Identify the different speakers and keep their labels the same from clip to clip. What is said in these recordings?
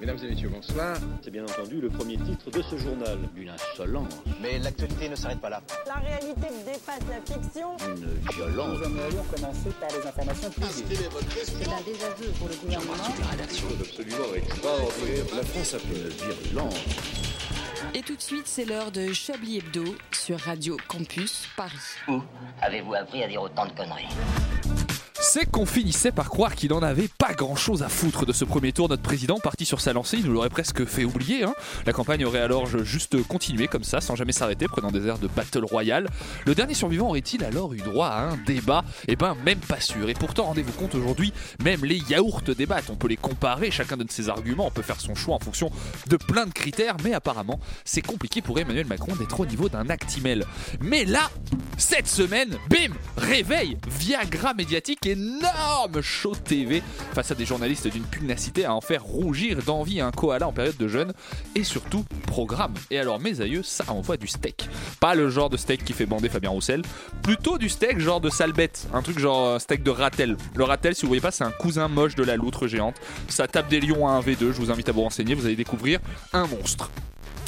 Speaker 1: Mesdames et messieurs, bonsoir.
Speaker 2: C'est bien entendu le premier titre de ce journal. Une insolence,
Speaker 3: Mais l'actualité ne s'arrête pas là.
Speaker 4: La réalité dépasse la fiction.
Speaker 2: une violence.
Speaker 5: Nous aimerions commencer par les informations privées.
Speaker 6: C'est un désaveu pour le gouvernement.
Speaker 2: La France a fait une virulence.
Speaker 7: Et tout de suite, c'est l'heure de Chablis Hebdo sur Radio Campus Paris.
Speaker 8: Où avez-vous appris à dire autant de conneries
Speaker 9: C'est qu'on finissait par croire qu'il n'en avait pas grand-chose à foutre de ce premier tour. Notre président, parti sur sa lancée, il nous l'aurait presque fait oublier. hein. La campagne aurait alors juste continué comme ça, sans jamais s'arrêter, prenant des airs de battle royale. Le dernier survivant aurait-il alors eu droit à un débat Eh ben, même pas sûr. Et pourtant, rendez-vous compte, aujourd'hui, même les yaourts débattent. On peut les comparer, chacun donne ses arguments, on peut faire son choix en fonction de plein de critères, mais apparemment, c'est compliqué pour Emmanuel Macron d'être au niveau d'un actimel. Mais là, cette semaine, bim, réveil, Viagra médiatique, énorme show TV face à des journalistes d'une pugnacité à en faire rougir d'envie un koala en période de jeûne, et surtout programme. Et alors mes aïeux, ça envoie du steak. Pas le genre de steak qui fait bander Fabien Roussel, plutôt du steak genre de sale bête, un truc genre euh, steak de ratel. Le ratel, si vous voyez pas, c'est un cousin moche de la loutre géante. Ça tape des lions à 1v2, je vous invite à vous renseigner, vous allez découvrir un monstre.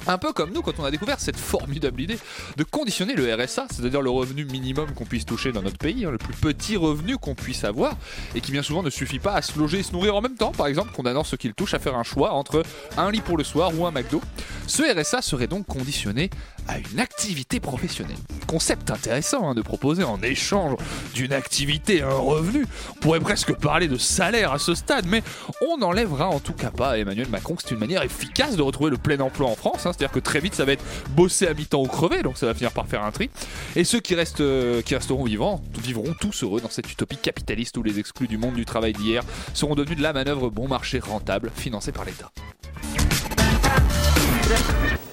Speaker 9: Un peu comme nous quand on a découvert cette formidable idée de conditionner le RSA, c'est-à-dire le revenu minimum qu'on puisse toucher dans notre pays, hein, le plus petit revenu qu'on puisse avoir, et qui bien souvent ne suffit pas à se loger et se nourrir en même temps, par exemple, condamnant ceux qui le touchent à faire un choix entre un lit pour le soir ou un McDo. Ce RSA serait donc conditionné à une activité professionnelle. Concept intéressant hein, de proposer en échange d'une activité un revenu. On pourrait presque parler de salaire à ce stade, mais on n'enlèvera en tout cas pas à Emmanuel Macron que c'est une manière efficace de retrouver le plein emploi en France. hein. C'est-à-dire que très vite, ça va être bosser à mi-temps ou crever, donc ça va finir par faire un tri. Et ceux qui, restent, euh, qui resteront vivants vivront tous heureux dans cette utopie capitaliste où les exclus du monde du travail d'hier seront devenus de la manœuvre bon marché rentable financée par l'État.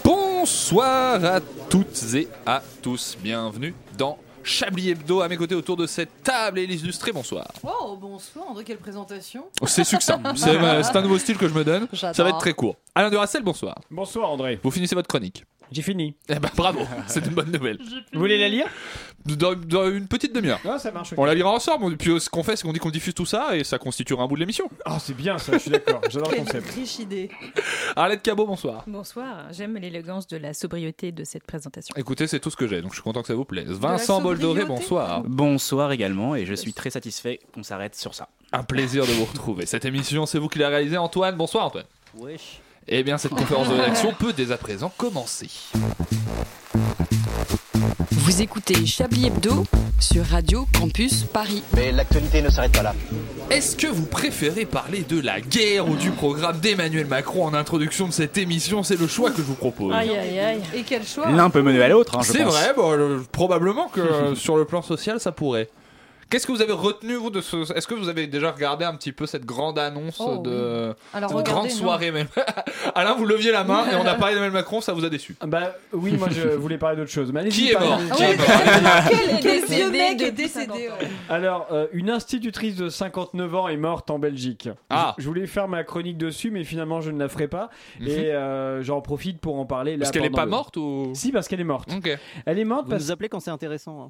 Speaker 9: Bonsoir à toutes et à tous. Bienvenue dans Chablis Hebdo. À mes côtés, autour de cette table, et les illustrés, bonsoir.
Speaker 6: Oh, bonsoir, André, quelle présentation.
Speaker 10: Oh,
Speaker 9: C'est succinct. C'est euh, c'est un nouveau style que je me donne. Ça
Speaker 6: J'adore.
Speaker 9: va être très court. Alain Duracel, bonsoir.
Speaker 10: Bonsoir André.
Speaker 9: Vous finissez votre chronique.
Speaker 10: J'ai fini.
Speaker 9: Eh ben bravo, c'est une bonne nouvelle.
Speaker 10: Vous voulez la lire
Speaker 9: Dans, dans une petite demi-heure.
Speaker 10: Ah ça marche.
Speaker 9: On la lira ensemble. on- Puis euh, ce qu'on fait, c'est qu'on dit qu'on diffuse tout ça et ça constituera un bout de l'émission.
Speaker 10: Ah c'est bien ça, je suis d'accord. J'adore le
Speaker 6: Quelle
Speaker 10: concept.
Speaker 6: riche idée.
Speaker 9: Arlette Cabot, bonsoir.
Speaker 6: Bonsoir, j'aime l'élégance de la sobriété de cette présentation.
Speaker 9: Écoutez, c'est tout ce que j'ai, donc je suis content que ça vous plaise. Vincent Boldoré,
Speaker 6: sobriété.
Speaker 9: bonsoir.
Speaker 5: Bonsoir également, et je suis très satisfait qu'on s'arrête sur ça.
Speaker 9: Un plaisir de vous retrouver. Cette émission, c'est vous qui la réalisez, Antoine. Bonsoir, Antoine.
Speaker 2: Wesh.
Speaker 9: Eh bien, cette conférence de rédaction peut dès à présent commencer.
Speaker 7: Vous écoutez Chablis Hebdo sur Radio Campus Paris.
Speaker 3: Mais l'actualité ne s'arrête pas là.
Speaker 9: Est-ce que vous préférez parler de la guerre ou du programme d'Emmanuel Macron en introduction de cette émission C'est le choix que je vous propose.
Speaker 6: aïe, aïe. Et quel choix
Speaker 5: L'un peut mener à l'autre, hein, je
Speaker 9: C'est
Speaker 5: pense.
Speaker 9: vrai, bon, euh, probablement que euh, sur le plan social, ça pourrait. Qu'est-ce que vous avez retenu, vous, de ce. Est-ce que vous avez déjà regardé un petit peu cette grande annonce
Speaker 6: Oh,
Speaker 9: de.
Speaker 6: Alors,
Speaker 9: cette grande
Speaker 6: regardez, non.
Speaker 9: soirée, même. Alain, vous leviez la main et on a parlé d'Emmanuel Macron, ça vous a déçu.
Speaker 10: Bah oui, moi je voulais parler d'autre chose. Mais allez-y,
Speaker 9: Qui est
Speaker 10: parlez-
Speaker 9: mort
Speaker 6: Ah
Speaker 9: Qui est
Speaker 6: ouais,
Speaker 9: mort
Speaker 6: quel
Speaker 4: Quel
Speaker 6: des vieux
Speaker 4: décédé
Speaker 6: mec est
Speaker 4: depuis
Speaker 6: décédé
Speaker 4: 50 ans.
Speaker 6: ouais.
Speaker 10: Alors, euh, une institutrice de 59 ans est morte en Belgique.
Speaker 9: Ah. Mhm.
Speaker 10: Je, je voulais faire ma chronique dessus, mais finalement je ne la ferai pas. Et euh, j'en profite pour en parler là.
Speaker 9: Parce qu'elle est
Speaker 10: pendant
Speaker 9: pas
Speaker 10: le-
Speaker 9: morte ou.
Speaker 10: Si, parce qu'elle est morte.
Speaker 9: Ok.
Speaker 10: Elle est morte
Speaker 11: Vous
Speaker 10: parce
Speaker 11: nous appelez quand c'est intéressant. hein.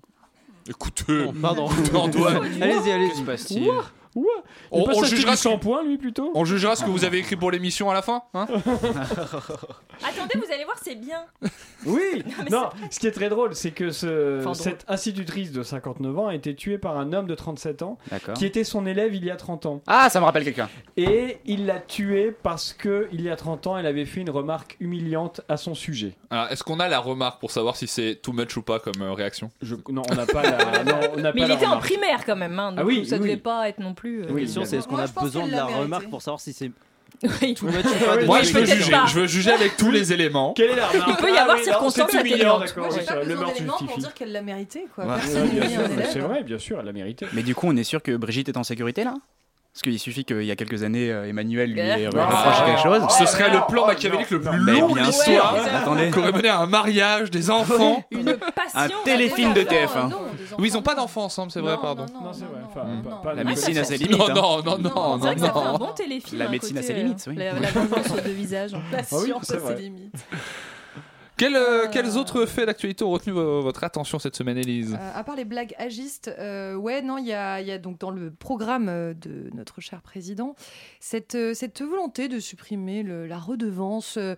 Speaker 9: Écoutez,
Speaker 11: Bon, pardon.
Speaker 9: Antoine,
Speaker 11: allez-y, allez-y.
Speaker 10: Ouah
Speaker 9: on,
Speaker 10: Il
Speaker 9: on
Speaker 10: passe acheter
Speaker 9: jugera
Speaker 10: du
Speaker 9: ce-
Speaker 10: shampoing, lui, plutôt
Speaker 9: on jugera ce que vous avez écrit pour l'émission à la fin hein
Speaker 6: Attendez, vous allez voir, c'est bien.
Speaker 10: Oui Non, ce qui est très drôle, c'est que ce-
Speaker 6: Enfin, drôle.
Speaker 10: cette institutrice de 59 ans a été tuée par un homme de 37 ans
Speaker 5: D'accord.
Speaker 10: qui était son élève il y a 30 ans.
Speaker 5: Ah, ça me rappelle quelqu'un.
Speaker 10: Et il l'a tuée parce que il y a 30 ans, elle avait fait une remarque humiliante à son sujet.
Speaker 9: Alors, est-ce qu'on a la remarque pour savoir si c'est too much ou pas comme euh, réaction
Speaker 10: Je- Non, on n'a pas la. non, on n'a
Speaker 6: Mais
Speaker 10: pas
Speaker 6: il
Speaker 10: la
Speaker 6: était en
Speaker 10: remarque.
Speaker 6: primaire quand même, hein, donc
Speaker 10: Ah oui,
Speaker 6: ça
Speaker 10: oui.
Speaker 6: devait pas être non plus. euh,
Speaker 10: Oui,
Speaker 11: La question, c'est est-ce qu'on
Speaker 4: Moi,
Speaker 11: a
Speaker 4: je pense
Speaker 11: besoin
Speaker 4: qu'elle
Speaker 11: de
Speaker 4: l'a
Speaker 11: la
Speaker 4: mérité.
Speaker 11: remarque pour savoir si c'est
Speaker 6: oui.
Speaker 11: tout match ou pas de-
Speaker 9: Moi, je veux
Speaker 6: peut-être
Speaker 9: juger.
Speaker 6: pas.
Speaker 9: Je veux juger avec tous les éléments.
Speaker 10: Quelle est la
Speaker 7: Ah
Speaker 10: remarque
Speaker 6: peut y avoir
Speaker 10: oui,
Speaker 6: circonstance
Speaker 10: non, c'est humiliant,
Speaker 6: atténuante.
Speaker 10: d'accord,
Speaker 6: Moi, j'ai
Speaker 10: oui, ça, le meurtre justifie.
Speaker 4: qu'elle l'a mérité, quoi.
Speaker 5: Ouais.
Speaker 10: Ouais,
Speaker 4: Personne
Speaker 10: bien
Speaker 4: mis
Speaker 10: sûr,
Speaker 4: un
Speaker 10: mais
Speaker 4: élève.
Speaker 10: C'est vrai, bien sûr, elle l'a mérité.
Speaker 5: Mais du coup, on est sûr que Brigitte est en sécurité là Parce qu'il suffit qu'il y a quelques années, euh, Emmanuel
Speaker 9: Eh
Speaker 5: lui ait euh,
Speaker 9: ben,
Speaker 10: Ah,
Speaker 5: reproché quelque chose.
Speaker 9: Ce
Speaker 10: Oh,
Speaker 9: serait
Speaker 10: non,
Speaker 9: le plan
Speaker 10: oh,
Speaker 9: machiavélique
Speaker 10: non,
Speaker 9: le plus
Speaker 10: non.
Speaker 5: Mais
Speaker 9: long de
Speaker 5: bien sûr,
Speaker 9: l'histoire
Speaker 5: attendez.
Speaker 9: qui aurait mené à un mariage des enfants.
Speaker 6: Une passion.
Speaker 5: Un téléfilm de hein. TF1.
Speaker 9: Oui, ils ont pas d'enfants ensemble, c'est vrai, pardon.
Speaker 10: Non, c'est vrai. Enfin,
Speaker 9: Mm.
Speaker 10: pas- pas-
Speaker 5: La
Speaker 10: pas-
Speaker 5: médecine a ses
Speaker 9: Non,
Speaker 5: limites. hein.
Speaker 9: non, non, non,
Speaker 6: C'est
Speaker 9: non,
Speaker 6: vrai que ça fait un
Speaker 9: non.
Speaker 6: bon téléfilm.
Speaker 5: La
Speaker 6: un
Speaker 5: médecine
Speaker 6: côté,
Speaker 5: à ses
Speaker 6: euh,
Speaker 5: limites, oui.
Speaker 10: Ah
Speaker 6: La, la vengeance aux deux visages.
Speaker 4: La
Speaker 10: oui,
Speaker 4: science
Speaker 10: c'est
Speaker 4: à ses
Speaker 10: vrai.
Speaker 4: limites.
Speaker 9: Quel, euh,
Speaker 1: Euh,
Speaker 9: Quels autres faits d'actualité ont retenu vo- votre attention cette semaine, Élise
Speaker 1: Euh, à part les blagues agistes, euh, ouais, non, il y a, il y a donc dans le programme euh, de notre cher président cette, euh, cette volonté de supprimer le- la redevance. euh,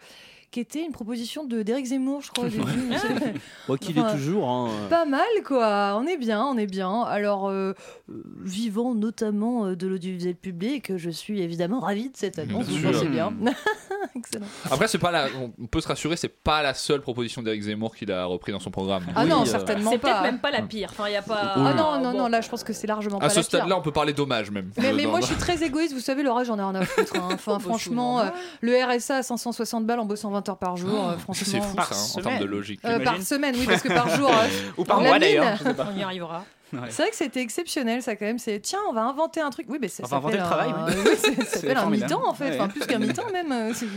Speaker 1: qui était une proposition de d'Éric Zemmour, je crois. au début.
Speaker 11: Bon, qu'il est
Speaker 1: Enfin,
Speaker 11: toujours. hein.
Speaker 1: Pas mal quoi, on est bien, on est bien. Alors, euh, euh, vivant notamment euh, de l'audiovisuel public, je suis évidemment ravie de cette annonce,
Speaker 9: Bien
Speaker 1: vous
Speaker 9: sûr. Mm.
Speaker 1: pensez bien. Excellent.
Speaker 9: Après, c'est pas la, on peut se rassurer, c'est pas la seule proposition d'Éric Zemmour qu'il a repris dans son programme.
Speaker 1: Ah non,
Speaker 9: Oui, euh,
Speaker 1: certainement
Speaker 6: C'est
Speaker 1: pas.
Speaker 6: peut-être même pas la pire. Enfin, il y a pas.
Speaker 9: Oui.
Speaker 1: Ah non, non, non, là je pense que c'est largement pas
Speaker 9: À ce
Speaker 1: la pire.
Speaker 9: stade-là, on peut parler d'hommage même.
Speaker 1: Mais,
Speaker 9: Euh,
Speaker 1: mais
Speaker 9: dans-
Speaker 1: moi,
Speaker 5: bah.
Speaker 1: je suis très égoïste, vous savez, Laura, j'en ai rien à foutre. hein. Enfin, franchement, euh, le RSA à 560 balles en bossant 20 heures par jour,
Speaker 5: Ah,
Speaker 1: euh,
Speaker 9: Ça,
Speaker 1: franchement.
Speaker 9: c'est fou, ça, hein, en termes de logique.
Speaker 1: Euh, par semaine, oui, parce que par jour. euh,
Speaker 5: Ou par
Speaker 1: la
Speaker 5: mois,
Speaker 1: mine.
Speaker 5: d'ailleurs, je sais pas.
Speaker 6: On y arrivera.
Speaker 1: C'est vrai que c'était exceptionnel, ça quand même. C'est tiens, on va inventer un truc. Oui, mais ça
Speaker 5: On va inventer
Speaker 1: s'appelle
Speaker 5: le
Speaker 1: un,
Speaker 5: travail, oui.
Speaker 1: oui, ça
Speaker 5: C'est
Speaker 1: s'appelle un
Speaker 5: formidable.
Speaker 1: mi-temps en fait,
Speaker 5: Ouais.
Speaker 1: enfin plus qu'un mi-temps même. euh, c'est-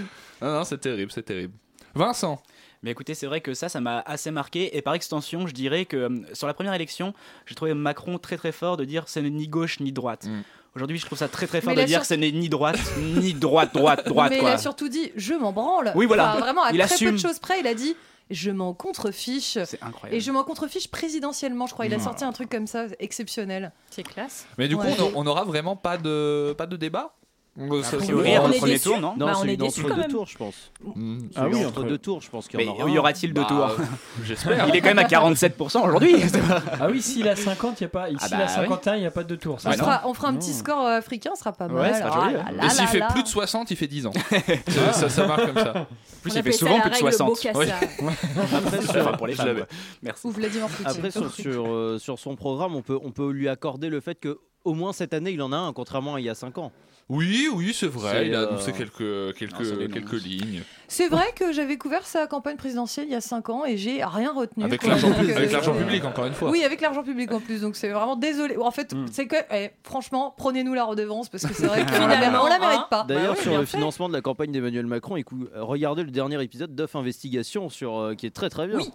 Speaker 9: Non, non, c'est terrible, c'est terrible. Vincent
Speaker 5: Mais écoutez, c'est vrai que ça, ça m'a assez marqué. Et par extension, je dirais que euh, sur la première élection, j'ai trouvé Macron très très fort de dire ce n'est ni gauche ni droite.
Speaker 9: Mm.
Speaker 5: Aujourd'hui, je trouve ça très très fort
Speaker 1: Mais
Speaker 5: de
Speaker 1: la
Speaker 5: dire
Speaker 1: sur-
Speaker 5: ce n'est ni droite ni droite droite droite.
Speaker 1: mais
Speaker 5: quoi.
Speaker 1: il a surtout dit, je m'en branle.
Speaker 5: Oui, voilà.
Speaker 1: Enfin, vraiment, à
Speaker 5: Il
Speaker 1: très peu
Speaker 5: assume.
Speaker 1: de choses près, il a dit, je m'en contrefiche.
Speaker 5: C'est incroyable. Mmh.
Speaker 1: Et je m'en contrefiche présidentiellement, je crois. Il a
Speaker 9: Voilà.
Speaker 1: sorti un truc comme ça, exceptionnel.
Speaker 6: C'est classe.
Speaker 9: Mais du coup,
Speaker 1: Ouais.
Speaker 9: on a- on aura vraiment pas de, pas de débat On- ça-
Speaker 5: priori,
Speaker 9: on-
Speaker 5: après le
Speaker 6: est
Speaker 5: premier
Speaker 6: déçus.
Speaker 5: tour, non
Speaker 11: Non,
Speaker 6: Bah, on est
Speaker 11: celui
Speaker 6: déçus
Speaker 11: d'entre
Speaker 6: quand
Speaker 11: deux
Speaker 6: même.
Speaker 11: tours, je pense.
Speaker 9: Mm.
Speaker 10: Ah
Speaker 11: Celui
Speaker 10: oui,
Speaker 11: entre
Speaker 10: entre-
Speaker 11: deux tours, je pense qu'il
Speaker 5: Mais
Speaker 11: y en aura.
Speaker 5: y aura-t-il deux
Speaker 9: Bah,
Speaker 5: tours
Speaker 9: euh, J'espère.
Speaker 5: Il est quand même à 47% aujourd'hui.
Speaker 10: Ah oui, s'il a 50, il n'y a pas. S'il
Speaker 5: Ah bah
Speaker 10: a 51, il n'y a pas de tour.
Speaker 1: On
Speaker 5: Ouais, Ah non.
Speaker 1: fera, on fera un petit score euh, africain, ce sera pas mal.
Speaker 5: ça sera
Speaker 1: Alors,
Speaker 5: joli,
Speaker 1: ah
Speaker 5: ouais.
Speaker 1: là
Speaker 9: Et
Speaker 1: là
Speaker 9: s'il
Speaker 1: là
Speaker 9: fait
Speaker 1: là.
Speaker 9: plus de 60, il fait 10 ans. ça, ça- ça marche comme ça.
Speaker 5: En
Speaker 6: On
Speaker 5: plus, il fait
Speaker 6: appelle ça
Speaker 5: souvent
Speaker 6: la
Speaker 5: plus de
Speaker 6: règle
Speaker 5: 60.
Speaker 6: Bocassa.
Speaker 5: Ouais.
Speaker 11: Après, sur,
Speaker 5: Enfin, pour les
Speaker 9: Je
Speaker 5: femmes.
Speaker 9: l'avais.
Speaker 5: quoi. Merci.
Speaker 1: Ou Vladimir Poutine.
Speaker 11: après, sur, sur, euh, sur son programme, on peut, on peut lui accorder le fait que. Au moins cette année, il en a un, contrairement à il y a 5 ans.
Speaker 9: Oui, oui, c'est vrai.
Speaker 11: C'est,
Speaker 9: Il a
Speaker 11: euh,
Speaker 9: annoncé quelques, quelques,
Speaker 5: Non, ça dénonce.
Speaker 9: quelques lignes.
Speaker 1: C'est vrai que j'avais couvert sa campagne présidentielle il y a 5 ans et j'ai rien retenu.
Speaker 9: Avec
Speaker 1: quoi.
Speaker 9: l'argent
Speaker 1: Donc,
Speaker 9: public,
Speaker 1: euh,
Speaker 9: avec l'argent
Speaker 1: euh,
Speaker 9: public, encore une fois.
Speaker 1: Oui, avec l'argent public en plus, donc c'est vraiment désolé. En fait,
Speaker 5: Mmh.
Speaker 1: c'est que, eh, franchement, prenez-nous la redevance parce que c'est vrai qu'on la,
Speaker 6: Finalement,
Speaker 1: on la mérite
Speaker 6: hein.
Speaker 1: pas.
Speaker 11: Ah, D'ailleurs,
Speaker 6: oui,
Speaker 11: sur
Speaker 6: bien
Speaker 11: le
Speaker 6: fait.
Speaker 11: financement de la campagne d'Emmanuel Macron, écou- euh, regardez le dernier épisode d'Off Investigation sur, euh, qui est très très bien.
Speaker 6: Oui.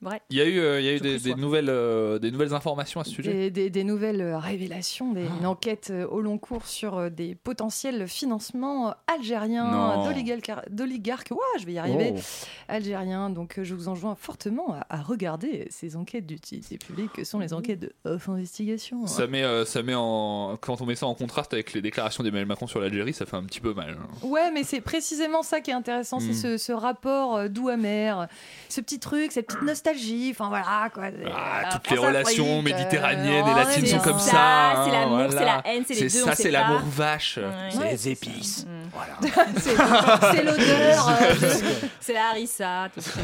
Speaker 6: Vrai.
Speaker 9: Il y a eu, euh, il y a eu
Speaker 6: Tout
Speaker 9: des,
Speaker 6: plus
Speaker 9: des
Speaker 6: soi.
Speaker 9: nouvelles, euh, des nouvelles informations à ce sujet.
Speaker 1: Des, des- des nouvelles euh, révélations, des,
Speaker 9: Ah.
Speaker 1: une enquête euh, au long cours sur euh, des potentiels financements euh, algériens,
Speaker 5: Non.
Speaker 1: d'oligarca- d'oligarques, ouah, je vais y arriver,
Speaker 9: Oh.
Speaker 1: algériens. Donc euh, je vous enjoins fortement à, à regarder ces enquêtes d'utilité publique que sont les enquêtes de Off Investigation.
Speaker 9: Mhm.
Speaker 1: hein.
Speaker 9: Ça met, euh, ça met en, quand on met ça en contraste avec les déclarations d'Emmanuel Macron sur l'Algérie, ça fait un petit peu mal. hein.
Speaker 1: Ouais, mais c'est précisément ça qui est intéressant,
Speaker 9: Mm.
Speaker 1: c'est ce, ce rapport euh, doux amer, ce petit truc, cette petite nostalgie, enfin voilà quoi. C'est,
Speaker 9: Ah,
Speaker 1: euh,
Speaker 9: toutes les
Speaker 1: France
Speaker 9: relations
Speaker 1: Afrique, euh,
Speaker 9: méditerranéennes et
Speaker 1: oh,
Speaker 9: latines
Speaker 1: mais
Speaker 9: sont
Speaker 1: c'est
Speaker 9: comme ça. hein,
Speaker 6: C'est l'amour,
Speaker 9: voilà.
Speaker 6: c'est la haine, c'est les deux.
Speaker 9: C'est ça,
Speaker 6: on
Speaker 9: c'est
Speaker 6: sait
Speaker 9: l'amour
Speaker 6: pas.
Speaker 9: vache.
Speaker 6: Ouais.
Speaker 5: C'est
Speaker 1: Ouais,
Speaker 5: les épices.
Speaker 6: Mm.
Speaker 5: Voilà.
Speaker 1: C'est c'est l'odeur. euh,
Speaker 6: C'est la harissa. Tout ça.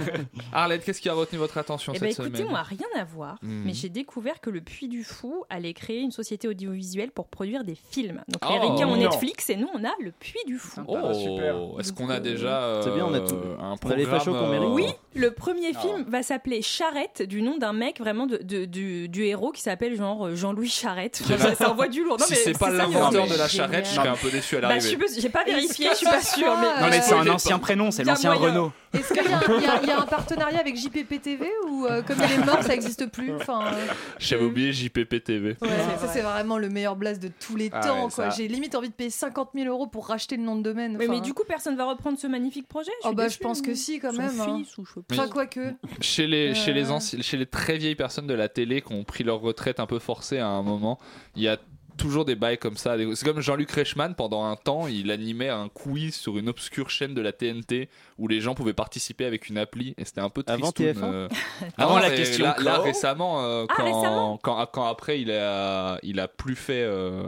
Speaker 9: Arlette, qu'est-ce qui a retenu votre attention
Speaker 6: Eh
Speaker 9: cette
Speaker 6: ben, écoutez,
Speaker 9: semaine
Speaker 6: on n'a rien à voir,
Speaker 9: Mhm.
Speaker 6: mais j'ai découvert que le Puy du Fou allait créer une société audiovisuelle pour produire des films. Donc
Speaker 9: Oh.
Speaker 6: les Ricains ont
Speaker 10: Non.
Speaker 6: Netflix et nous on a le Puy du Fou.
Speaker 9: Oh,
Speaker 10: Ah, super.
Speaker 9: est-ce qu'on a déjà
Speaker 11: bah, C'est bien, on a tout.
Speaker 9: euh, un
Speaker 11: On a les fachos qu'on
Speaker 9: programme, euh,
Speaker 11: mérite.
Speaker 6: Oui, le premier
Speaker 9: Ah.
Speaker 6: film va s'appeler Charrette, du nom d'un mec vraiment de- de- du, du héros qui s'appelle genre euh, Jean-Louis Charrette. Enfin, ça, ça envoie du lourd. Non,
Speaker 9: si
Speaker 6: mais
Speaker 9: c'est pas
Speaker 6: ça, ils ont
Speaker 9: l'inventeur
Speaker 6: dit.
Speaker 9: de la charrette, je serais un peu déçu à
Speaker 6: Bah, je suis
Speaker 9: l'arrivée.
Speaker 6: pas- j'ai pas vérifié, je suis pas sûre. Mais...
Speaker 5: Non, mais c'est
Speaker 1: Euh,
Speaker 5: un ancien prénom, c'est
Speaker 6: bien
Speaker 5: l'ancien
Speaker 6: moyen.
Speaker 5: Renault.
Speaker 1: Est-ce qu'il y, a- il y a- il y a un partenariat avec JPP TV ou euh, comme il est mort, ça n'existe plus enfin, euh,
Speaker 9: J'avais oublié JPP TV.
Speaker 1: ouais, ça, c'est vraiment le meilleur blast de tous les
Speaker 9: Ah
Speaker 1: temps.
Speaker 9: ouais,
Speaker 1: quoi.
Speaker 9: ça-
Speaker 1: J'ai limite envie de payer 50 000 euros pour racheter le nom de domaine.
Speaker 6: Mais, mais
Speaker 1: enfin.
Speaker 6: du coup, personne va reprendre ce magnifique projet.
Speaker 1: Oh,
Speaker 6: suis
Speaker 1: bah,
Speaker 6: déçue.
Speaker 1: je pense que si, quand
Speaker 6: Son
Speaker 1: même, hein.
Speaker 6: fils ou je sais pas.
Speaker 1: Enfin, quoi que.
Speaker 9: Chez les, chez, les
Speaker 1: Euh.
Speaker 9: anci- chez les très vieilles personnes de la télé qui ont pris leur retraite un peu forcée à un moment, il y a toujours des bails comme ça. C'est comme Jean-Luc Reichmann, pendant un temps, il animait un quiz sur une obscure chaîne de la TNT où les gens pouvaient participer avec une appli et c'était un peu
Speaker 11: Avant
Speaker 9: tristoun,
Speaker 11: TF1?
Speaker 9: euh.
Speaker 5: Avant
Speaker 9: Non,
Speaker 5: la
Speaker 9: mais
Speaker 5: question
Speaker 9: Là, là,
Speaker 5: Kao
Speaker 9: récemment, euh,
Speaker 6: Ah,
Speaker 9: quand,
Speaker 6: récemment
Speaker 9: quand, quand après il a, il a plus fait. euh,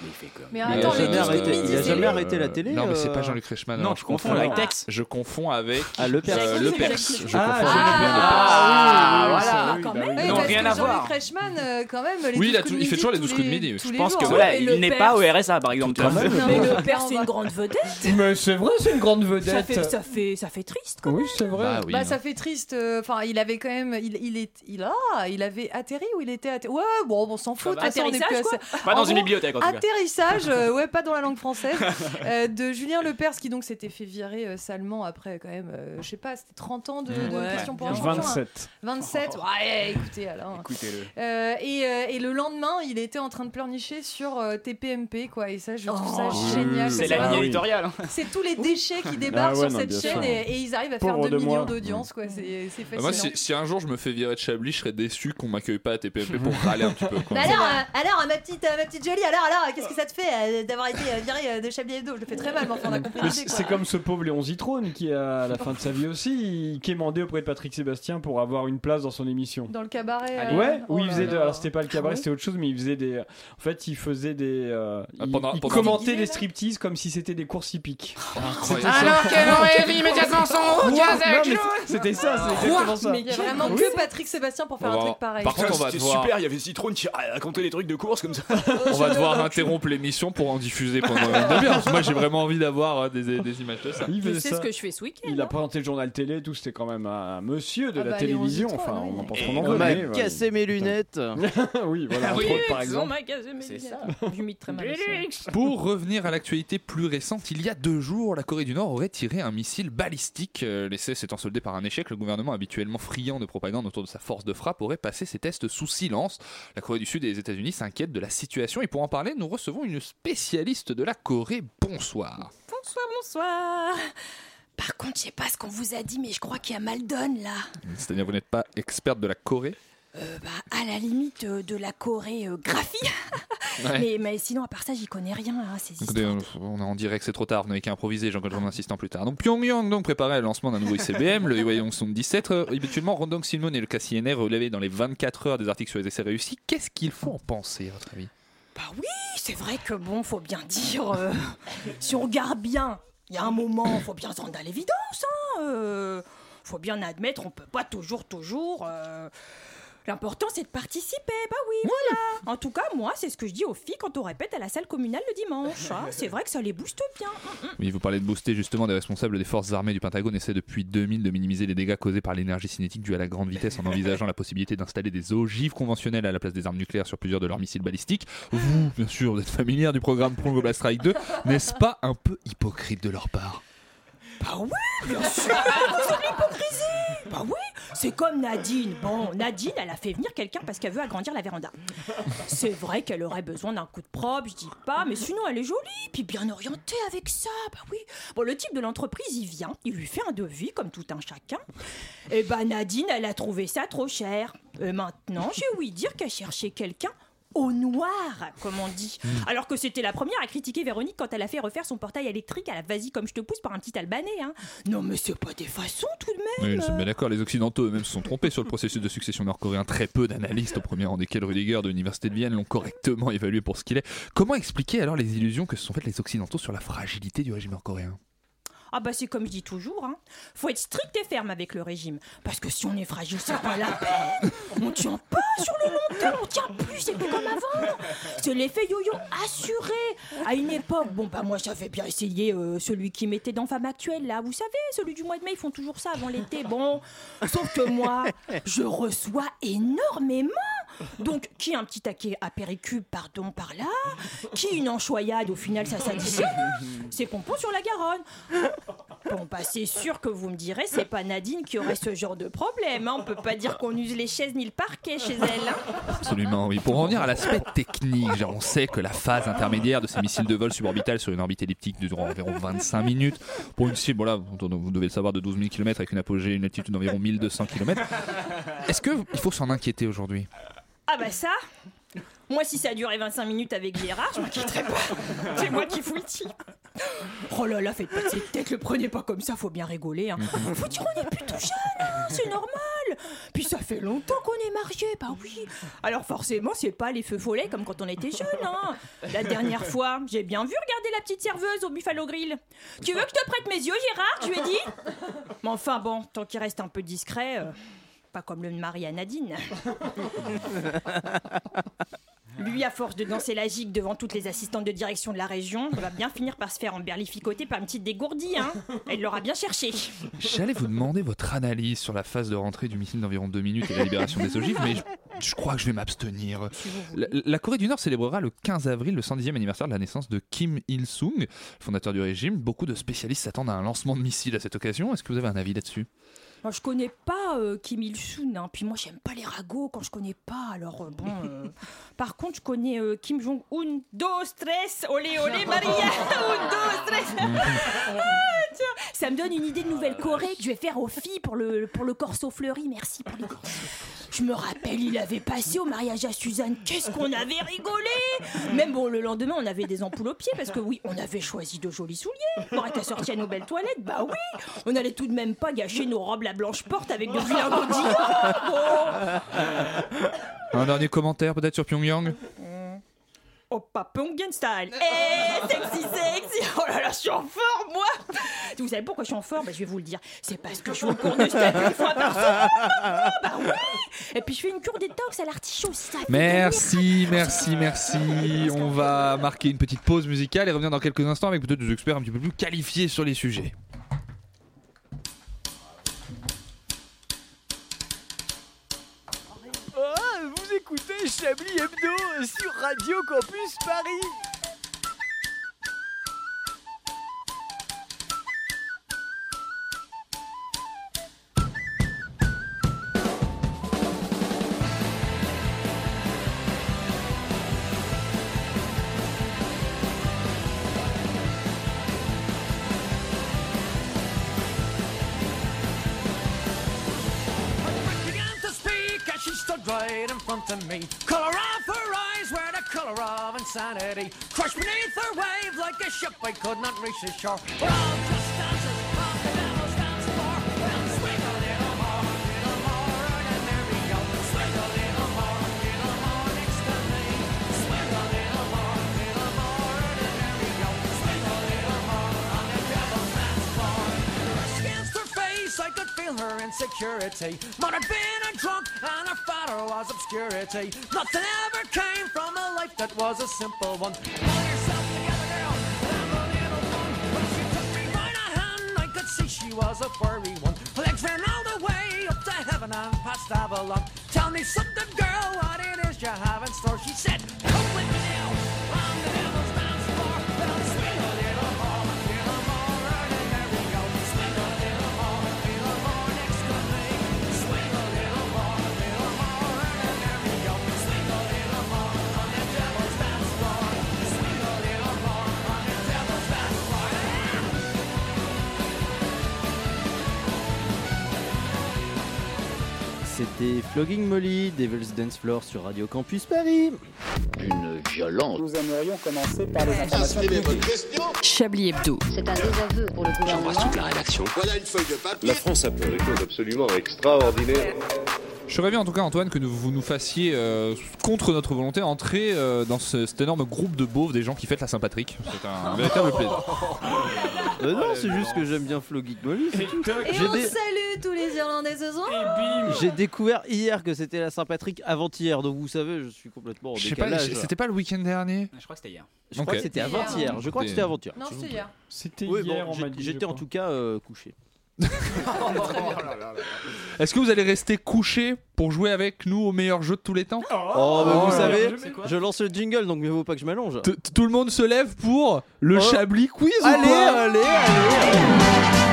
Speaker 5: Mais il fait comme-
Speaker 1: Mais
Speaker 9: il a
Speaker 1: attends,
Speaker 9: jamais
Speaker 1: les deux
Speaker 9: arrêté-
Speaker 1: Scooby,
Speaker 9: il a
Speaker 1: c'est
Speaker 11: jamais
Speaker 1: lui.
Speaker 11: arrêté la télé,
Speaker 9: Non, mais c'est pas
Speaker 11: euh.
Speaker 9: Jean-Luc Reichmann.
Speaker 5: Non,
Speaker 9: alors
Speaker 5: je
Speaker 9: je
Speaker 5: confonds
Speaker 9: confonds
Speaker 5: avec
Speaker 9: alors.
Speaker 5: Tex.
Speaker 9: Je confonds avec
Speaker 11: Ah, le père.
Speaker 9: euh,
Speaker 6: Jackie,
Speaker 9: le
Speaker 6: c'est
Speaker 9: Perse.
Speaker 6: Jackie.
Speaker 9: Je
Speaker 10: Ah,
Speaker 9: confonds
Speaker 10: Jean-Luc
Speaker 9: avec le Perse.
Speaker 5: Ah, voilà.
Speaker 6: quand
Speaker 10: bah
Speaker 6: même.
Speaker 1: Ouais,
Speaker 5: Ils n'ont
Speaker 1: parce
Speaker 5: rien
Speaker 1: que
Speaker 5: à
Speaker 1: Jean-Luc
Speaker 5: voir.
Speaker 1: Reichmann, euh, quand même, les
Speaker 9: Oui,
Speaker 1: douze
Speaker 9: il a
Speaker 1: coups
Speaker 9: tout-
Speaker 1: de
Speaker 9: il fait
Speaker 1: midi
Speaker 9: toujours les
Speaker 1: tous
Speaker 9: douze coups de midi.
Speaker 1: tous
Speaker 9: Je
Speaker 1: les
Speaker 5: Je pense que
Speaker 1: jours.
Speaker 5: voilà,
Speaker 6: Et le
Speaker 5: il n'est
Speaker 6: père.
Speaker 5: pas au RSA par exemple. quand même.
Speaker 1: Non, bah.
Speaker 6: Mais
Speaker 1: mais
Speaker 6: le
Speaker 1: là,
Speaker 6: père,
Speaker 1: on
Speaker 6: c'est
Speaker 1: va-
Speaker 6: une grande vedette.
Speaker 10: Mais c'est vrai, c'est une grande
Speaker 6: Ça
Speaker 10: vedette.
Speaker 6: fait, ça, fait, ça fait triste, quoi.
Speaker 10: Oui, c'est vrai.
Speaker 5: Ah
Speaker 9: Bah oui,
Speaker 1: bah,
Speaker 5: hein.
Speaker 9: non.
Speaker 1: ça fait triste. euh, Enfin, il avait quand même. Il, il, est, il, ah, il avait atterri ou il était atterri Ouais, bon, on s'en
Speaker 5: Ah
Speaker 1: fout. de
Speaker 6: va.
Speaker 1: toute façon, on est plus
Speaker 6: Atterrissage,
Speaker 1: à-
Speaker 5: bah, Pas
Speaker 1: En
Speaker 5: dans une
Speaker 1: gros,
Speaker 5: bibliothèque en tout cas.
Speaker 1: Atterrissage, euh, ouais, pas dans la langue française, euh, de Julien Lepers qui donc s'était fait virer euh, salement après quand même, euh, je sais pas, c'était 30 ans de, de
Speaker 6: Ouais.
Speaker 1: questions pour un champion, hein.
Speaker 10: 27.
Speaker 1: 27, ouais, écoutez alors.
Speaker 5: Oh. Écoutez-le.
Speaker 1: Euh, et, euh, et le lendemain, il était en train de pleurnicher clichés sur euh, TPMP, quoi. Et ça, je trouve ça
Speaker 5: Oh.
Speaker 1: génial.
Speaker 5: C'est
Speaker 1: Ça
Speaker 5: la
Speaker 1: va-
Speaker 5: ligne éditoriale, hein.
Speaker 1: C'est tous les déchets qui débarquent
Speaker 9: Ah ouais,
Speaker 1: sur
Speaker 9: non,
Speaker 1: cette
Speaker 9: bien
Speaker 1: chaîne
Speaker 9: sûr.
Speaker 1: et, et ils arrivent à faire
Speaker 9: Pauvre
Speaker 1: 2
Speaker 9: de moi.
Speaker 1: millions d'audience, quoi. C'est c'est
Speaker 9: Bah,
Speaker 1: fascinant.
Speaker 9: moi, si, si un jour je me fais virer de Chablis, je serais déçu qu'on m'accueille pas à TPMP pour râler un petit peu. quoi.
Speaker 12: Bah alors, euh, alors, ma petite, euh, ma petite jolie, alors, alors, qu'est-ce que ça te fait euh, d'avoir été euh, virée euh, de Chablis Hebdo Je le fais très mal, mais enfin, on a compris.
Speaker 10: Mais
Speaker 12: l'idée,
Speaker 10: C'est
Speaker 12: quoi.
Speaker 10: c'est comme ce pauvre Léon Zitrone qui, à la fin de sa vie aussi, il quémandait auprès de Patrick Sébastien pour avoir une place dans son émission.
Speaker 1: Dans le cabaret. euh,
Speaker 10: Ouais,
Speaker 1: oh
Speaker 10: où il
Speaker 1: là
Speaker 10: faisait.
Speaker 1: là.
Speaker 10: de- alors c'était pas le cabaret,
Speaker 1: Ah
Speaker 10: c'était autre chose, mais il faisait des. En fait, il faisait des. euh, il
Speaker 9: pendant-
Speaker 10: il
Speaker 9: pendant- Ah,
Speaker 10: commentait les stripteases comme si c'était des courses hippiques. C'était ça.
Speaker 13: Alors qu'elle aurait vu immédiatement son haut
Speaker 10: Quoi
Speaker 13: casque
Speaker 10: Non, mais c'est- C'était ça, c'est exactement ça.
Speaker 1: Mais il y a vraiment que Patrick Sébastien pour faire
Speaker 9: On
Speaker 1: un
Speaker 9: va-
Speaker 1: truc pareil.
Speaker 9: Par contre, on va
Speaker 14: C'était
Speaker 9: devoir-
Speaker 14: super, il y avait Citrone qui racontait des trucs de course comme ça.
Speaker 9: On va devoir interrompre l'émission pour en diffuser pendant une demi-heure. parce que Moi, j'ai vraiment envie d'avoir euh, des, des- des images de ça.
Speaker 10: Il faisait ça.
Speaker 6: fais ce week-end.
Speaker 10: Il a présenté le journal télé, et tout. C'était quand même un monsieur de
Speaker 6: Ah
Speaker 10: la
Speaker 6: bah, allez, on
Speaker 10: télévision.
Speaker 6: dit trop,
Speaker 10: Enfin,
Speaker 6: non,
Speaker 10: on en pense
Speaker 11: Et
Speaker 10: qu'on en
Speaker 11: on
Speaker 10: veut,
Speaker 11: m'a
Speaker 10: mais, ouais.
Speaker 11: cassé mes lunettes.
Speaker 10: Ah oui, voilà.
Speaker 9: entre autres, par
Speaker 6: On
Speaker 9: exemple.
Speaker 6: m'a gazé mes lunettes. J'imite ah, très mal. aussi.
Speaker 9: Pour revenir à l'actualité plus récente, il y a deux jours, la Corée du Nord aurait tiré un missile ballistique. Euh, L'essai s'étant soldé par un échec, le gouvernement habituellement friand de propagande autour de sa force de frappe aurait passé ses tests sous silence. La Corée du Sud et les États-Unis s'inquiètent de la situation et pour en parler, nous recevons une spécialiste de la Corée. Bonsoir.
Speaker 6: Bonsoir, bonsoir. Par contre, je sais pas ce qu'on vous a dit, mais je crois qu'il y a mal donne là.
Speaker 9: C'est-à-dire vous n'êtes pas experte de la Corée
Speaker 6: Euh, bah, à la limite euh, de la Corée euh, graphie.
Speaker 9: Ouais.
Speaker 6: mais, mais sinon, à part ça, j'y connais rien. hein, ces histoires.
Speaker 9: Écoutez, on on est en direct, c'est trop tard, vous n'avez qu'à improviser, j'en un insistant plus tard. Donc Pyongyang donc préparait le lancement d'un nouveau ICBM, le Hwayong Song 17. Euh, Habituellement, Rondong Silmon et le KCNR relevaient dans les 24 heures des articles sur les essais réussis. Qu'est-ce qu'il faut en penser, à votre avis
Speaker 6: Bah oui, c'est vrai que bon, faut bien dire. euh, si on regarde bien, il y a un moment, faut bien se rendre à l'évidence. Hein, euh, faut bien admettre, on peut pas toujours, toujours. euh, L'important, c'est de participer. Bah oui, voilà. En tout cas, moi, c'est ce que je dis aux filles quand on répète à la salle communale le dimanche. hein. C'est vrai que ça les booste bien.
Speaker 9: Oui, vous parlez de booster, justement, des responsables des forces armées du Pentagone essaient depuis 2000 de minimiser les dégâts causés par l'énergie cinétique due à la grande vitesse en envisageant la possibilité d'installer des ogives conventionnelles à la place des armes nucléaires sur plusieurs de leurs missiles balistiques. Vous, bien sûr, vous êtes familière du programme Congo Blast Strike 2, n'est-ce pas un peu hypocrite de leur part
Speaker 6: Bah oui, bien sûr C'est de l'hypocrisie Bah oui C'est comme Nadine. Bon, Nadine, elle a fait venir quelqu'un parce qu'elle veut agrandir la véranda. C'est vrai qu'elle aurait besoin d'un coup de propre, je dis pas, mais sinon elle est jolie, puis bien orientée avec ça, bah oui. Bon, le type de l'entreprise, il vient, il lui fait un devis, comme tout un chacun. Et bah Nadine, elle a trouvé ça trop cher. Et maintenant, j'ai ouï dire qu'elle cherchait quelqu'un au noir, comme on dit. Alors que c'était la première à critiquer Véronique quand elle a fait refaire son portail électrique à la vas-y comme je te pousse par un petit Albanais. Hein. Non mais c'est pas des façons tout de
Speaker 9: Oui,
Speaker 6: même.
Speaker 9: nous sommes bien d'accord, les Occidentaux eux-mêmes se sont trompés sur le processus de succession nord-coréen. Très peu d'analystes, au premier rang desquels Rudiger de l'Université de Vienne, l'ont correctement évalué pour ce qu'il est. Comment expliquer alors les illusions que se sont faites les Occidentaux sur la fragilité du régime nord-coréen
Speaker 6: Ah bah c'est comme je dis toujours, hein. faut être strict et ferme avec le régime. Parce que si on est fragile, c'est pas la peine. On tient
Speaker 15: Ah,
Speaker 6: pas sur le long terme, on tient plus, c'est plus comme avant. C'est l'effet yo-yo assuré. À une époque, bon bah moi j'avais bien essayé euh, celui qui m'était dans Femme Actuelle là, vous savez, celui du mois de mai, ils font toujours ça avant l'été. Bon, sauf que moi, je reçois énormément. Donc qui un petit taquet à Péricube, pardon, par là, qui une enchoyade, au final ça s'additionne. hein. C'est pompon sur la Garonne. Bon, bah, c'est sûr que vous me direz, c'est pas Nadine qui aurait ce genre de problème. hein. On peut pas dire qu'on use les chaises ni le parquet chez elle. hein.
Speaker 9: Absolument, oui. Pour en venir à l'aspect technique, genre, on sait que la phase intermédiaire de ces missiles de vol suborbital sur une orbite elliptique dure environ 25 minutes. Pour une cible, voilà, vous devez le savoir, de 12 000 km avec une apogée, une altitude d'environ 1200 km.
Speaker 6: hein.
Speaker 9: Est-ce qu'il faut s'en inquiéter aujourd'hui
Speaker 6: Ah, bah, ça. Moi, si ça durait 25 minutes avec Gérard, je m'inquiéterais pas. C'est moi qui fous le type. Oh là là, faites pas de cette tête, le prenez pas comme ça, faut bien rigoler. Hein. Faut dire, on est plutôt jeune, hein, c'est normal. Puis ça fait longtemps qu'on est mariés, bah oui. Alors forcément, c'est pas les feux follets comme quand on était jeune. Hein. La dernière fois, j'ai bien vu regarder la petite serveuse au Buffalo Grill. Tu veux que je te prête mes yeux, Gérard Tu lui ai dit Mais enfin bon, tant qu'il reste un peu discret, euh, pas comme le mari à Nadine. Lui, à force de danser la gigue devant toutes les assistantes de direction de la région, il va bien finir par se faire emberlificoter par une petite dégourdie, hein Elle l'aura bien cherché.
Speaker 9: J'allais vous demander votre analyse sur la phase de rentrée du missile d'environ 2 minutes et la libération des ogives, mais je, je crois que je vais m'abstenir. La, la Corée du Nord célébrera le 15 avril le 110e anniversaire de la naissance de Kim Il-sung, fondateur du régime. Beaucoup de spécialistes s'attendent à un lancement de missiles à cette occasion. Est-ce que vous avez un avis là-dessus
Speaker 6: Moi, je connais pas euh, Kim Il-sung, hein. puis moi, j'aime pas les ragots quand je connais pas, alors euh, bon. euh, Par contre, je connais euh, Kim Jong-un, dos, tres, olé, olé, Maria, un, dos, tres. Ah, tiens, ça me donne une idée de Nouvelle-Corée que je vais faire aux filles pour le, pour le corso fleuri, merci pour le corso. Je me rappelle, il avait passé au mariage à Suzanne. Qu'est-ce qu'on avait rigolé Même bon, le lendemain, on avait des ampoules aux pieds parce que oui, on avait choisi de jolis souliers. On était sorti à nos belles toilettes, bah oui. On allait tout de même pas gâcher nos robes la blanche porte avec de vilains godillards.
Speaker 9: Un dernier commentaire peut-être sur Pyongyang
Speaker 6: Bon. Opa Pyongyang Oh, style. Eh, sexy, sexy. Oh là là, je suis en forme, moi. Vous savez pourquoi je suis en forme Bah, Je vais vous le dire. C'est parce que je suis au cours de statut une fois par semaine. Bah oui. Et puis je fais une cure détox à l'artichaut. si ça fait
Speaker 9: Merci, merci, merci. On va marquer une petite pause musicale et revenir dans quelques instants avec peut-être des experts un petit peu plus qualifiés sur les sujets.
Speaker 16: Ah, vous écoutez Chablis Hebdo sur Radio Campus Paris.
Speaker 13: began to speak as she stood right in front of me. Color of her eyes were the color of insanity. Crushed beneath her wave like a ship I could not reach the shore. We're all just dancers, all the devil stands for. Well, swing a little more, little more, and there we go. Swing a little more, little more next to me. Swing a little more, little more, and there we go. Swing a little more, and the devil stands for. Pressed Against her face, I could feel her insecurity. Mother being a drunk and her father was obscurity. Nothing ever came from a life that was a simple one. Pull yourself together, girl. I'm a little one. When she took me by the hand, I could see she was a furry one. Her legs ran all the way up to heaven and past Avalon. Tell me something, girl, what it is you have in store. She said, Come with me now. I'm the devil's dance floor. Well, swing a little more, little more, and there we go. Swing a little more, little more next to me. Swing a little more, little more, and there we go. Swing a little more on the devil's dance floor. Swing a little more on the devil's dance floor.
Speaker 11: C'était Flogging Molly, Devil's Dance Floor sur Radio Campus Paris.
Speaker 2: Une violence.
Speaker 11: Nous aimerions commencer par
Speaker 2: les informations publiques.
Speaker 7: Chablis Hebdo.
Speaker 17: C'est un désaveu pour le gouvernement.
Speaker 2: toute la rédaction. Voilà une feuille de papier.
Speaker 18: La France a fait des choses absolument extraordinaires.
Speaker 9: Je serais bien en tout cas Antoine que nous- vous nous fassiez euh, contre notre volonté entrer euh, dans ce- cet énorme groupe de beaufs des gens qui fêtent la Saint-Patrick. C'est un véritable plaisir.
Speaker 11: Euh, non, c'est juste que j'aime bien Flo Geek Molly. c'est tout.
Speaker 12: Et
Speaker 11: J'ai
Speaker 12: on
Speaker 11: dé-
Speaker 12: salue tous les Irlandais ce soir.
Speaker 11: J'ai découvert hier que c'était la Saint-Patrick avant-hier, donc vous savez, je suis complètement en
Speaker 9: Je sais pas,
Speaker 11: décalage.
Speaker 9: c'était pas le week-end dernier
Speaker 5: Je crois que c'était hier.
Speaker 11: Je crois
Speaker 9: Ok.
Speaker 11: que c'était avant-hier. Je crois que c'était avant-hier.
Speaker 12: Non, c'était hier.
Speaker 10: C'était
Speaker 11: Oui,
Speaker 10: hier,
Speaker 11: bon,
Speaker 10: on
Speaker 11: j'ai-
Speaker 10: m'a dit, je
Speaker 11: J'étais en
Speaker 10: crois.
Speaker 11: tout cas euh, couché.
Speaker 9: Est-ce que vous allez rester couché pour jouer avec nous au meilleur jeu de tous les temps
Speaker 11: Oh, mais vous
Speaker 9: là là.
Speaker 11: savez, je lance le jingle, donc mieux vaut pas que je m'allonge. Oh.
Speaker 9: T- Tout le monde se lève pour le Chablis Quiz ou
Speaker 11: Allez,
Speaker 9: quoi
Speaker 11: allez, allez